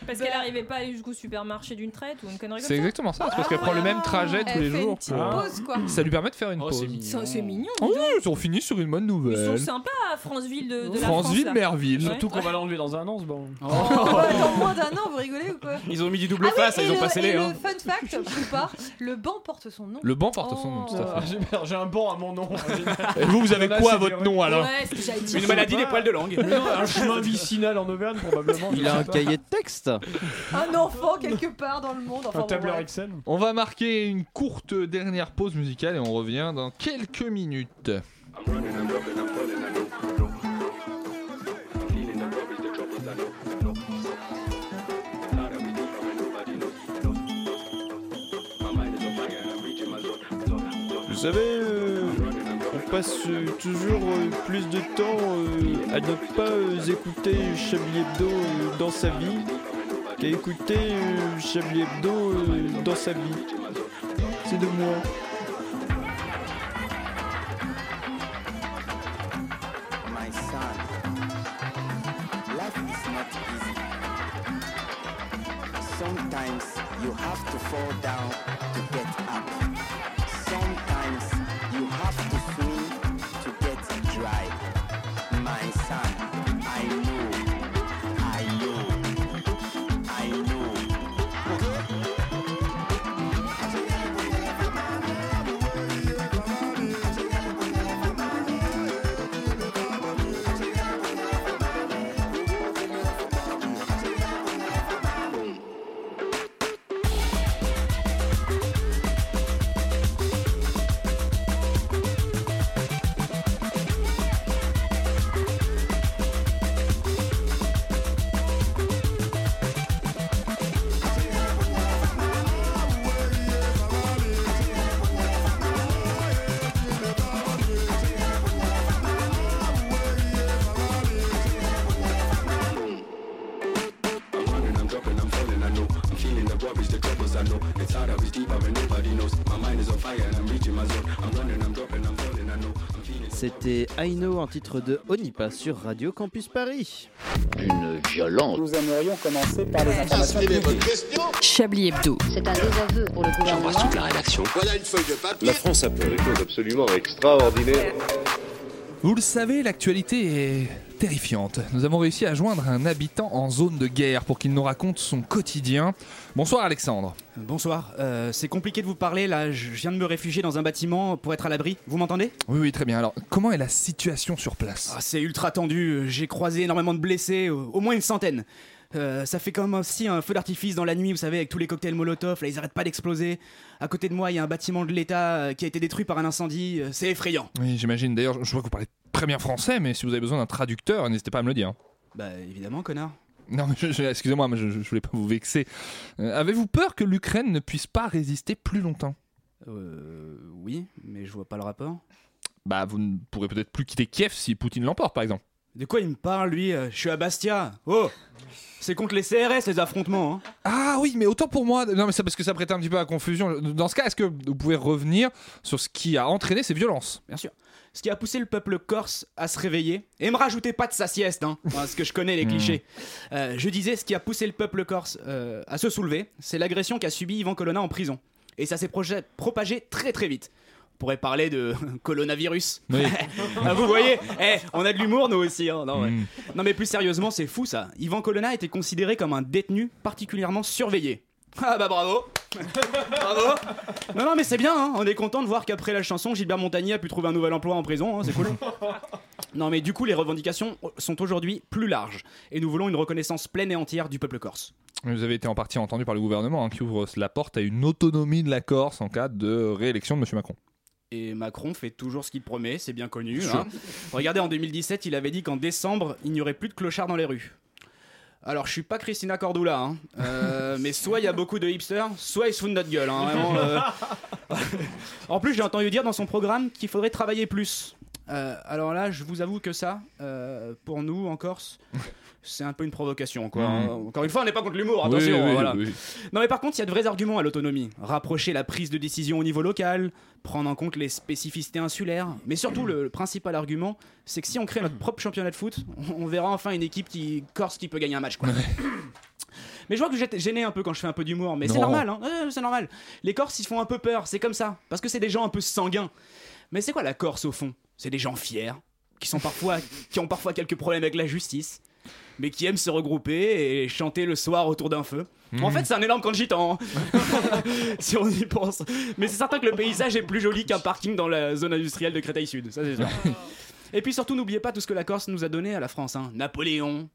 Speaker 6: Parce qu'elle n'arrivait pas à aller jusqu'au supermarché d'une traite ou une connerie comme ça. Ah
Speaker 9: C'est exactement ça. C'est parce qu'elle prend le même trajet tous
Speaker 12: Ah, Elle
Speaker 9: les
Speaker 12: fait
Speaker 9: jours.
Speaker 12: une petite
Speaker 9: pour-
Speaker 12: pause, quoi.
Speaker 9: Ça lui permet de faire une
Speaker 5: Oh,
Speaker 9: pause.
Speaker 5: c'est mignon.
Speaker 6: Ça, C'est mignon.
Speaker 9: Oh, ils ont fini sur une bonne
Speaker 6: Ils
Speaker 9: nouvelle.
Speaker 6: sont sympas à Franceville de, de la Ah, France.
Speaker 9: Franceville,
Speaker 6: là.
Speaker 9: Merville.
Speaker 6: Ouais.
Speaker 10: Surtout qu'on va l'enlever dans un an, ce banc.
Speaker 5: Oh.
Speaker 12: Dans moins d'un an, vous rigolez ou quoi
Speaker 5: Ils ont mis du double
Speaker 12: Ah oui,
Speaker 5: face,
Speaker 12: et
Speaker 5: ils ont
Speaker 12: le-
Speaker 5: pas scellé.
Speaker 12: Et
Speaker 5: hein.
Speaker 12: le fun fact, je pas, le banc porte son nom.
Speaker 9: Le banc porte son nom, tout à
Speaker 10: Ah, j'ai merde, j'ai un banc à mon nom.
Speaker 9: fait. Et vous, vous avez
Speaker 10: Là,
Speaker 9: quoi à
Speaker 10: c'est
Speaker 9: votre
Speaker 10: des-
Speaker 9: nom alors
Speaker 6: Ouais, c'est ce que j'allais dire.
Speaker 5: Une maladie des poils de langue.
Speaker 10: Mais non, un chemin vicinal en Auvergne, probablement.
Speaker 11: Il a un cahier de texte.
Speaker 12: Un enfant quelque part dans le monde. Enfin,
Speaker 10: Un
Speaker 12: bon,
Speaker 10: tableur
Speaker 12: bref.
Speaker 10: Excel.
Speaker 9: On va marquer une courte dernière pause musicale et on revient dans quelques minutes.
Speaker 14: Vous savez, euh,
Speaker 20: passe euh, toujours euh, plus de temps euh, à ne pas euh, écouter Chablis Hebdo euh, dans sa vie qu'à écouter euh, Chablis Hebdo euh, dans sa vie. C'est de moi.
Speaker 13: My son, life is not easy. Sometimes you have to fall down to get up. Sometimes you have to swim to get dry. My son, I know. I know. I
Speaker 15: I'm running, I'm dropping, I'm falling, I know. I'm feeling the rubbish, the troubles I know. It's hard, I was deep, but nobody knows. My mind is on fire and I'm reaching my zone. I'm running, I'm dropping, I'm falling, I know. I'm feeling.
Speaker 11: C'était Aino en titre de Onipa sur Radio Campus Paris.
Speaker 2: Une violence.
Speaker 11: Nous aimerions commencer par les informations
Speaker 7: Chablis Hebdo.
Speaker 17: C'est un désaveu pour le gouvernement.
Speaker 2: la rédaction. Voilà une feuille de papier.
Speaker 18: La France a fait des choses absolument extraordinaires.
Speaker 9: Vous le savez, l'actualité est terrifiante. Nous avons réussi à joindre un habitant en zone de guerre pour qu'il nous raconte son quotidien. Bonsoir Alexandre.
Speaker 5: Bonsoir, euh, c'est compliqué de vous parler là, je viens de me réfugier dans un bâtiment pour être à l'abri, vous m'entendez
Speaker 9: Oui, oui, très bien. Alors, comment est la situation sur place
Speaker 5: Ah, C'est ultra tendu, euh, j'ai croisé énormément de blessés, au, au moins une centaine. Euh, ça fait comme aussi un feu d'artifice dans la nuit, vous savez, avec tous les cocktails Molotov, là ils arrêtent pas d'exploser. À côté de moi, il y a un bâtiment de l'État euh, qui a été détruit par un incendie, euh, c'est effrayant.
Speaker 9: Oui, j'imagine. D'ailleurs, je vois que vous parlez très bien français, mais si vous avez besoin d'un traducteur, n'hésitez pas à me le dire.
Speaker 5: Bah évidemment, connard.
Speaker 9: Non, mais je- je- excusez-moi, mais je, je- je voulais pas vous vexer. Euh, Avez-vous peur que l'Ukraine ne puisse pas résister plus longtemps
Speaker 5: Euh, oui, mais je vois pas le rapport.
Speaker 9: Bah, vous ne pourrez peut-être plus quitter Kiev si Poutine l'emporte, par exemple.
Speaker 5: De quoi il me parle, lui Euh, Je suis à Bastia. Oh C'est contre les CRS, les affrontements, hein.
Speaker 9: Ah oui, mais autant pour moi. Non, mais c'est parce que ça prêtait un petit peu à confusion. Dans ce cas, est-ce que vous pouvez revenir sur ce qui a entraîné ces violences
Speaker 5: Bien sûr. Ce qui a poussé le peuple corse à se réveiller, et me rajoutez pas de sa sieste, hein, parce que je connais les clichés. Euh, je disais, ce qui a poussé le peuple corse euh, à se soulever, c'est l'agression qu'a subie Ivan Colonna en prison. Et ça s'est proje- propagé très très vite. On pourrait parler de coronavirus.
Speaker 9: Oui.
Speaker 5: Ah, vous voyez, eh, on a de l'humour nous aussi. hein. Non, ouais. Non, mais plus sérieusement, c'est fou ça. Ivan Colonna était considéré comme un détenu particulièrement surveillé. Ah bah bravo Bravo Non, non, mais c'est bien, hein. on est content de voir qu'après la chanson, Gilbert Montagnier a pu trouver un nouvel emploi en prison, hein, c'est cool. non, mais du coup, les revendications sont aujourd'hui plus larges et nous voulons une reconnaissance pleine et entière du peuple corse.
Speaker 9: Vous avez été en partie entendu par le gouvernement hein, qui ouvre la porte à une autonomie de la Corse en cas de réélection de M. Macron.
Speaker 5: Et Macron fait toujours ce qu'il promet, c'est bien connu.
Speaker 9: Sure.
Speaker 5: hein. Regardez, en 2017, il avait dit qu'en décembre, il n'y aurait plus de clochards dans les rues. Alors, je suis pas Christina Cordula, hein. Euh, mais soit il y a beaucoup de hipsters, soit ils se foutent de notre gueule. hein, vraiment, euh. en plus, j'ai entendu dire dans son programme qu'il faudrait travailler plus. Euh, alors là, je vous avoue que ça, euh, pour nous en Corse, c'est un peu une provocation. Quoi. hein.
Speaker 9: Mhm.
Speaker 5: Encore une fois, on n'est pas contre l'humour,
Speaker 9: Oui,
Speaker 5: attention.
Speaker 9: oui,
Speaker 5: voilà.
Speaker 9: oui.
Speaker 5: Non mais par contre, il y a de vrais arguments à l'autonomie. Rapprocher la prise de décision au niveau local, prendre en compte les spécificités insulaires. Mais surtout, le, le principal argument, c'est que si on crée notre propre championnat de foot, on, on verra enfin une équipe qui corse qui peut gagner un match. Quoi. Mais je vois que j'étais gêné un peu quand je fais un peu d'humour, mais c'est
Speaker 9: Non.
Speaker 5: normal, hein. Euh, c'est normal. Les Corses, ils font un peu peur, c'est comme ça, parce que c'est des gens un peu sanguins. Mais c'est quoi la Corse au fond C'est des gens fiers, qui, sont parfois, qui ont parfois quelques problèmes avec la justice, mais qui aiment se regrouper et chanter le soir autour d'un feu. En fait, c'est un énorme camp de gitans, hein. si on y pense. Mais c'est certain que le paysage est plus joli qu'un parking dans la zone industrielle de Créteil Sud, ça c'est sûr. Et puis surtout, n'oubliez pas tout ce que la Corse nous a donné à la France. hein. Napoléon,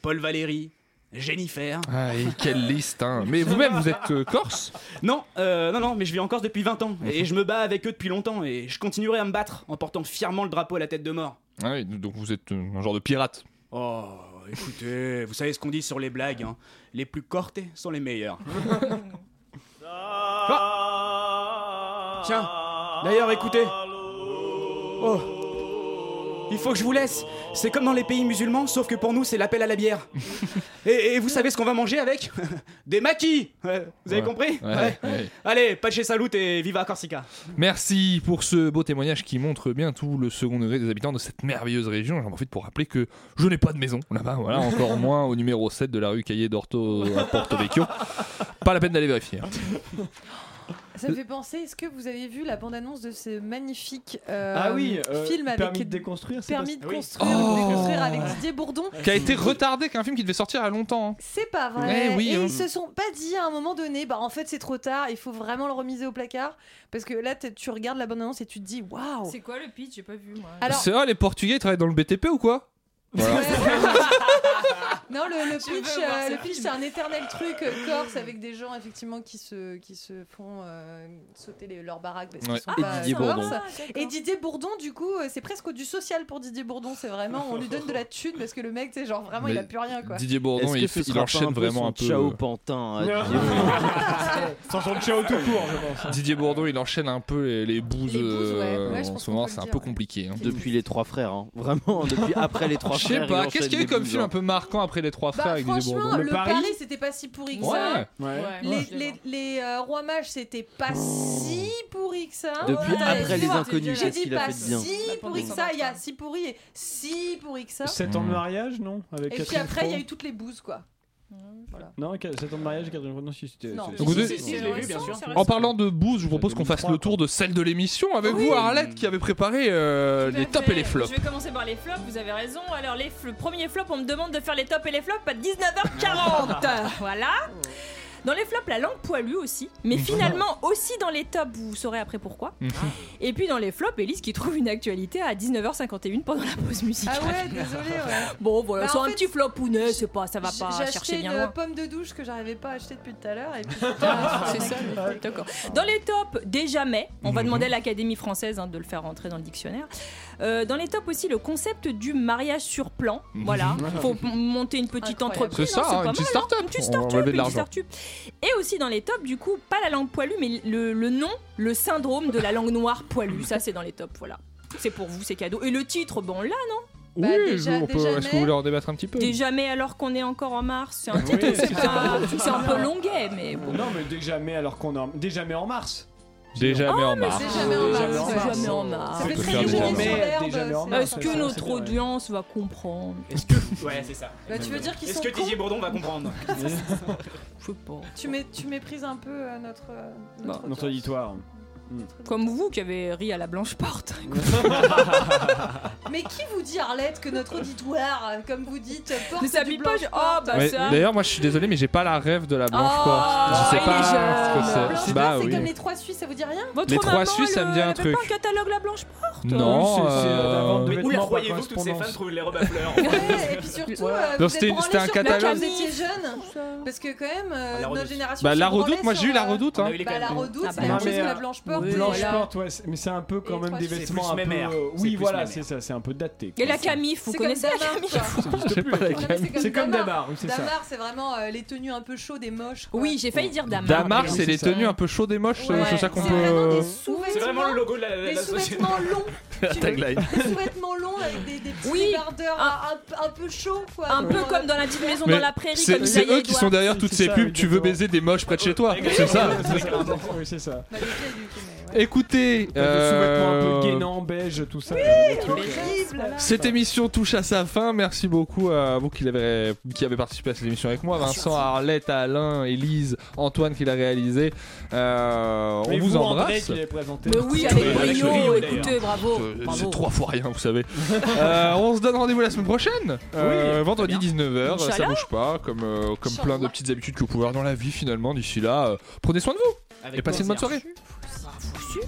Speaker 5: Paul Valéry, Jennifer.
Speaker 9: Ah, et quelle liste, hein. Mais vous-même, vous êtes euh, corse
Speaker 5: Non, euh, non, non, mais je vis en Corse depuis 20 ans. Et je me bats avec eux depuis longtemps. Et je continuerai à me battre en portant fièrement le drapeau à la tête de mort.
Speaker 9: Ah oui, donc vous êtes euh, un genre de pirate.
Speaker 5: Oh, écoutez, vous savez ce qu'on dit sur les blagues. hein. Les plus cortes sont les meilleures. Ah. Tiens, d'ailleurs, écoutez. Oh, Il faut que je vous laisse. C'est comme dans les pays musulmans, sauf que pour nous, c'est l'appel à la bière. et, et vous savez ce qu'on va manger avec Des maquis Ouais, Vous avez
Speaker 9: Ouais.
Speaker 5: compris
Speaker 9: Ouais, ouais.
Speaker 5: Allez, Pache Salut et Viva Corsica
Speaker 9: Merci pour ce beau témoignage qui montre bien tout le second degré des habitants de cette merveilleuse région. J'en profite pour rappeler que je n'ai pas de maison là-bas, voilà, encore moins au numéro 7 de la rue Cahier d'Orto à Porto Vecchio. Pas la peine d'aller vérifier. hein.
Speaker 1: Ça me fait penser, est-ce que vous avez vu la bande-annonce de ce magnifique euh,
Speaker 10: Ah oui, euh,
Speaker 1: film avec
Speaker 10: Permis de déconstruire, c'est
Speaker 1: Permis
Speaker 10: pas-
Speaker 1: de
Speaker 10: oui.
Speaker 1: construire,
Speaker 9: Oh.
Speaker 1: déconstruire avec Didier Bourdon
Speaker 9: Qui a été retardé qu'un film qui devait sortir à longtemps. hein.
Speaker 1: C'est pas vrai.
Speaker 9: Eh oui,
Speaker 1: et
Speaker 9: hein.
Speaker 1: ils se sont pas dit à un moment donné, bah en fait c'est trop tard, il faut vraiment le remiser au placard parce que là t'es- tu regardes la bande-annonce et tu te dis waouh.
Speaker 6: C'est quoi le pitch J'ai pas vu moi.
Speaker 1: Alors
Speaker 9: C'est vrai, les Portugais ils travaillent dans le BTP ou quoi Voilà.
Speaker 1: non le, le
Speaker 6: Je veux
Speaker 1: pitch,
Speaker 6: voir
Speaker 1: euh,
Speaker 6: ce
Speaker 1: le
Speaker 6: film.
Speaker 1: pitch c'est un éternel truc euh, corse avec des gens effectivement qui se qui se font euh, sauter les- leurs baraques parce qu'ils
Speaker 9: Ouais.
Speaker 1: sont
Speaker 9: Et
Speaker 1: pas
Speaker 9: Didier
Speaker 1: corses.
Speaker 9: Bourdon. Ah,
Speaker 1: Et Didier Bourdon du coup euh, c'est presque du social pour Didier Bourdon c'est vraiment on lui donne de la thune parce que le mec tu sais genre vraiment
Speaker 9: Mais
Speaker 1: il a plus rien quoi.
Speaker 9: Didier Bourdon,
Speaker 11: Est-ce que
Speaker 9: il,
Speaker 11: ce
Speaker 9: il
Speaker 11: sera pas
Speaker 9: enchaîne
Speaker 11: un peu
Speaker 9: vraiment
Speaker 11: son
Speaker 9: un peu.
Speaker 11: Ciao
Speaker 9: euh,
Speaker 11: Pantin,
Speaker 10: Non.
Speaker 11: Didier
Speaker 10: Sans son ciao tout court, je pense.
Speaker 9: Didier Bourdon, il enchaîne un peu les, les bouses.
Speaker 10: Les bouses, ouais.
Speaker 9: euh,
Speaker 10: Ouais, je
Speaker 9: en
Speaker 10: pense
Speaker 9: ce
Speaker 10: qu'on
Speaker 9: moment,
Speaker 10: peut le
Speaker 9: c'est un
Speaker 10: dire,
Speaker 9: peu
Speaker 10: ouais.
Speaker 9: compliqué. hein.
Speaker 11: Depuis les trois frères, hein. vraiment, depuis après les trois
Speaker 9: Je sais
Speaker 11: frères.
Speaker 9: pas,
Speaker 11: il
Speaker 9: qu'est-ce qu'il y a eu
Speaker 11: enchaîne
Speaker 9: comme
Speaker 11: des
Speaker 9: film un
Speaker 11: bouses, hein.
Speaker 9: peu marquant après les trois frères
Speaker 1: Bah,
Speaker 9: avec Didier
Speaker 1: franchement,
Speaker 9: Bourdon
Speaker 1: le Paris, c'était pas si pourri que ça.
Speaker 9: Ouais. Ouais.
Speaker 1: Les, les, les, euh, rois mages, c'était pas si pourri que ça.
Speaker 11: Depuis
Speaker 1: Putain,
Speaker 11: après les
Speaker 1: excuse-moi,
Speaker 11: inconnus,
Speaker 1: J'ai
Speaker 11: qu'est-ce
Speaker 1: dit
Speaker 11: qu'il a
Speaker 1: pas
Speaker 11: fait de bien
Speaker 1: si pourri que ça. Il y a si pourri et si pourri que ça.
Speaker 10: 7 ans de mariage, non Avec
Speaker 1: Et puis
Speaker 10: Catherine
Speaker 1: après, il y a
Speaker 10: Fro.
Speaker 1: eu toutes les bouses, quoi. Voilà.
Speaker 10: Non, 7 ans de mariage, Catherine Fro, non, si c'était.
Speaker 1: Non.
Speaker 10: c'était-
Speaker 9: Donc, vous- En parlant de bouse, je vous propose qu'on fasse
Speaker 10: 2003,
Speaker 9: le tour de celle de l'émission avec
Speaker 6: Oui.
Speaker 9: vous, Arlette, qui avait préparé euh, les tops et les flops.
Speaker 6: Je vais commencer par les flops, vous avez raison. Alors, les f- le premier flop, on me demande de faire les tops et les flops à 19h40. voilà. Dans les flops, la langue poilue aussi. Mais finalement, aussi dans les tops, vous saurez après pourquoi.
Speaker 9: Mm.
Speaker 6: Et puis dans les flops, Elise qui trouve une actualité à 19h51 pendant la pause musicale.
Speaker 1: Ah ouais, désolé. Ouais.
Speaker 6: Bon, voilà,
Speaker 1: Bah,
Speaker 6: c'est
Speaker 1: en
Speaker 6: un
Speaker 1: fait,
Speaker 6: petit flopounet, c'est pas, ça va
Speaker 1: J'ai-
Speaker 6: pas
Speaker 1: J'ai acheté
Speaker 6: chercher
Speaker 1: une
Speaker 6: bien loin.
Speaker 1: pomme de douche que j'arrivais pas à acheter depuis tout à l'heure. Et puis,
Speaker 6: c'est ça, d'accord. Dans les tops, des jamais. On
Speaker 9: Mhm.
Speaker 6: va demander à l'Académie française hein, de le faire rentrer dans le dictionnaire. Euh, dans les tops aussi, le concept du mariage sur plan. Voilà, faut m- monter une petite entreprise.
Speaker 9: Mhm. C'est ça,
Speaker 6: hein,
Speaker 9: hein,
Speaker 6: pas
Speaker 9: une
Speaker 6: mal,
Speaker 9: petite
Speaker 6: hein.
Speaker 9: start-up.
Speaker 6: Une petite
Speaker 9: On va
Speaker 6: start-up,
Speaker 9: lever de
Speaker 6: une
Speaker 9: l'argent.
Speaker 6: start-up. Et aussi dans les tops, du coup, pas la langue poilue, mais le, le nom, le syndrome de la langue noire poilue. Ça, c'est dans les tops, voilà. C'est pour vous, c'est cadeau. Et le titre, bon, là, non
Speaker 9: Oui,
Speaker 6: déjà-
Speaker 9: on
Speaker 6: déjà
Speaker 9: peut- est-ce que vous voulez en débattre un petit peu
Speaker 6: Des jamais alors qu'on est encore en mars. C'est un
Speaker 10: Oui,
Speaker 6: titre, c'est
Speaker 10: c'est
Speaker 6: pas-
Speaker 10: ça.
Speaker 6: c'est un peu longuet, mais bon.
Speaker 10: Non, mais dès jamais, alors qu'on est en. Dès jamais en mars.
Speaker 9: Déjà, mais en
Speaker 6: mais
Speaker 9: mars.
Speaker 6: c'est jamais en mars,
Speaker 10: Déjà mais en
Speaker 6: ouais.
Speaker 10: mars.
Speaker 6: Jamais en mars.
Speaker 10: Ça
Speaker 9: fait
Speaker 10: peut
Speaker 9: très
Speaker 10: faire
Speaker 9: léger
Speaker 10: déjà
Speaker 9: sur
Speaker 10: mais-
Speaker 1: l'herbe,
Speaker 10: déjà mais en
Speaker 1: c'est-
Speaker 10: mars,
Speaker 6: Est-ce
Speaker 10: ça,
Speaker 6: hein, que
Speaker 10: ça,
Speaker 6: notre
Speaker 10: c'est vrai.
Speaker 6: audience va comprendre
Speaker 5: Est-ce que. Ouais, c'est ça.
Speaker 1: Bah, tu veux dire qu'ils
Speaker 5: Est-ce
Speaker 1: sont
Speaker 5: que Didier
Speaker 1: cons
Speaker 5: Bourdon va comprendre
Speaker 6: Je sais pas.
Speaker 1: tu, mets, tu méprises un peu euh, notre. euh, notre
Speaker 10: Notre auditoire. Hmm.
Speaker 6: Comme vous qui avez ri à la blanche porte.
Speaker 1: Mais qui vous dit, Arlette, que notre auditoire, euh, comme vous dites, porte
Speaker 6: Ne
Speaker 1: du
Speaker 6: s'habille pas.
Speaker 1: blanc
Speaker 6: je- Oh bah
Speaker 9: Mais
Speaker 6: ça.
Speaker 9: D'ailleurs, moi je suis désolé, mais j'ai pas la rêve de la blanche
Speaker 6: Oh,
Speaker 9: porte. Je
Speaker 6: il
Speaker 9: sais
Speaker 6: est
Speaker 9: pas
Speaker 6: jeune.
Speaker 9: ce que
Speaker 1: Blanche
Speaker 9: c'est.
Speaker 1: porte,
Speaker 9: Bah
Speaker 1: c'est
Speaker 9: oui.
Speaker 1: comme les trois Suisses, ça vous dit rien
Speaker 6: Votre
Speaker 9: Les trois
Speaker 6: maman,
Speaker 9: Suisses, ça me
Speaker 6: elle,
Speaker 9: dit un
Speaker 6: elle avait
Speaker 9: truc.
Speaker 6: pas un catalogue la blanche porte.
Speaker 9: Non,
Speaker 10: c'est- c'est la vente de
Speaker 9: euh,
Speaker 10: vêtements
Speaker 5: Où la
Speaker 10: par
Speaker 5: croyez-vous que toutes ces femmes
Speaker 10: correspondance.
Speaker 5: trouvent les robes à fleurs
Speaker 1: Ouais, et puis surtout, euh,
Speaker 9: Non,
Speaker 1: vous
Speaker 9: c'était-
Speaker 1: êtes branlés
Speaker 9: c'était un
Speaker 1: sur
Speaker 9: catalogue.
Speaker 1: quand vous étiez jeune. Parce que quand même, euh,
Speaker 5: La
Speaker 1: notre
Speaker 5: Redoute.
Speaker 1: génération.
Speaker 9: Bah,
Speaker 1: s'est
Speaker 9: la
Speaker 1: branlée
Speaker 9: redoute, moi j'ai eu
Speaker 1: sur,
Speaker 9: la
Speaker 1: euh,
Speaker 9: redoute. hein.
Speaker 5: eu les
Speaker 1: Bah, la redoute,
Speaker 6: Ah
Speaker 1: c'est
Speaker 6: bah,
Speaker 1: la
Speaker 10: non,
Speaker 1: même chose
Speaker 10: mais,
Speaker 1: que la
Speaker 10: euh,
Speaker 1: blanche porte.
Speaker 10: Blanche
Speaker 1: voilà.
Speaker 10: porte, ouais, c'est- mais c'est un peu quand
Speaker 1: Et
Speaker 10: même
Speaker 1: trois
Speaker 10: des
Speaker 1: chiffres.
Speaker 10: vêtements
Speaker 5: C'est
Speaker 10: un
Speaker 5: plus
Speaker 10: peu.
Speaker 5: mémère.
Speaker 10: euh,
Speaker 5: C'est
Speaker 10: Oui,
Speaker 5: plus
Speaker 10: voilà,
Speaker 5: mémère.
Speaker 10: c'est ça, c'est un peu daté.
Speaker 6: Et
Speaker 10: quoi.
Speaker 6: la Camif, vous
Speaker 1: C'est comme
Speaker 6: connaissez la
Speaker 1: Damar,
Speaker 6: Camif
Speaker 1: quoi.
Speaker 10: Je sais pas
Speaker 1: Non, mais
Speaker 10: C'est comme Damar, oui, c'est ça.
Speaker 1: Damar, c'est vraiment euh, les tenues un peu chaudes et moches. quoi.
Speaker 6: Oui, j'ai failli dire
Speaker 1: Ah,
Speaker 6: Damar.
Speaker 9: Damar,
Speaker 6: mais
Speaker 9: c'est les
Speaker 10: ça.
Speaker 9: tenues un peu chaudes et moches,
Speaker 1: Ouais,
Speaker 9: c'est ça qu'on
Speaker 1: c'est vraiment
Speaker 9: peut. euh,
Speaker 1: des sous-vêtements.
Speaker 5: C'est vraiment le logo de la, la-
Speaker 1: Des
Speaker 5: la société.
Speaker 1: sous-vêtements longs.
Speaker 9: La
Speaker 1: tu-
Speaker 9: tagline.
Speaker 1: Des sous-vêtements longs avec des, des petits
Speaker 6: Oui,
Speaker 1: débardeurs un, un- un peu chauds, quoi.
Speaker 6: Un peu
Speaker 1: Vraiment,
Speaker 6: comme dans la petite maison
Speaker 9: Mais
Speaker 6: dans la prairie.
Speaker 9: C'est
Speaker 6: comme
Speaker 9: c'est
Speaker 6: Isaïe
Speaker 9: eux qui
Speaker 6: Edouard.
Speaker 9: sont derrière
Speaker 10: C'est
Speaker 9: toutes ces
Speaker 10: ça,
Speaker 9: pubs. Tu veux
Speaker 10: exactement.
Speaker 9: baiser des moches près de chez toi.
Speaker 5: Ouais,
Speaker 9: C'est ça.
Speaker 10: C'est ça. Oui, c'est ça.
Speaker 1: bah, les vieilles, du coup, mais ouais.
Speaker 10: Des
Speaker 9: Écoutez,
Speaker 10: sous-vêtements un
Speaker 9: euh,
Speaker 10: peu gainants, beige, tout ça. des trucs, euh,
Speaker 1: Horrible.
Speaker 9: Cette émission touche à sa fin. Merci beaucoup à vous qui l'avez- qui avez participé à cette émission avec moi. Vincent, Arlette, Alain, Élise, Antoine qui l'a réalisé. Euh, on
Speaker 10: Mais
Speaker 9: vous,
Speaker 10: vous, André,
Speaker 9: embrasse.
Speaker 10: qui l'avez présenté.
Speaker 6: Mais oui, avec
Speaker 5: Avec le
Speaker 6: brio,
Speaker 5: brio,
Speaker 6: écoutez, bravo.
Speaker 9: Euh, C'est
Speaker 6: bravo.
Speaker 9: trois fois rien, vous savez. Euh, on se donne rendez-vous la semaine prochaine. Euh, vendredi 19h. Ça
Speaker 6: Inch'Allah.
Speaker 9: bouge pas, comme, euh, comme
Speaker 1: Inch'Allah.
Speaker 9: plein de petites habitudes que vous pouvez avoir dans la vie finalement. D'ici là, euh, prenez soin de vous et passez une bonne soirée.
Speaker 6: Foutu.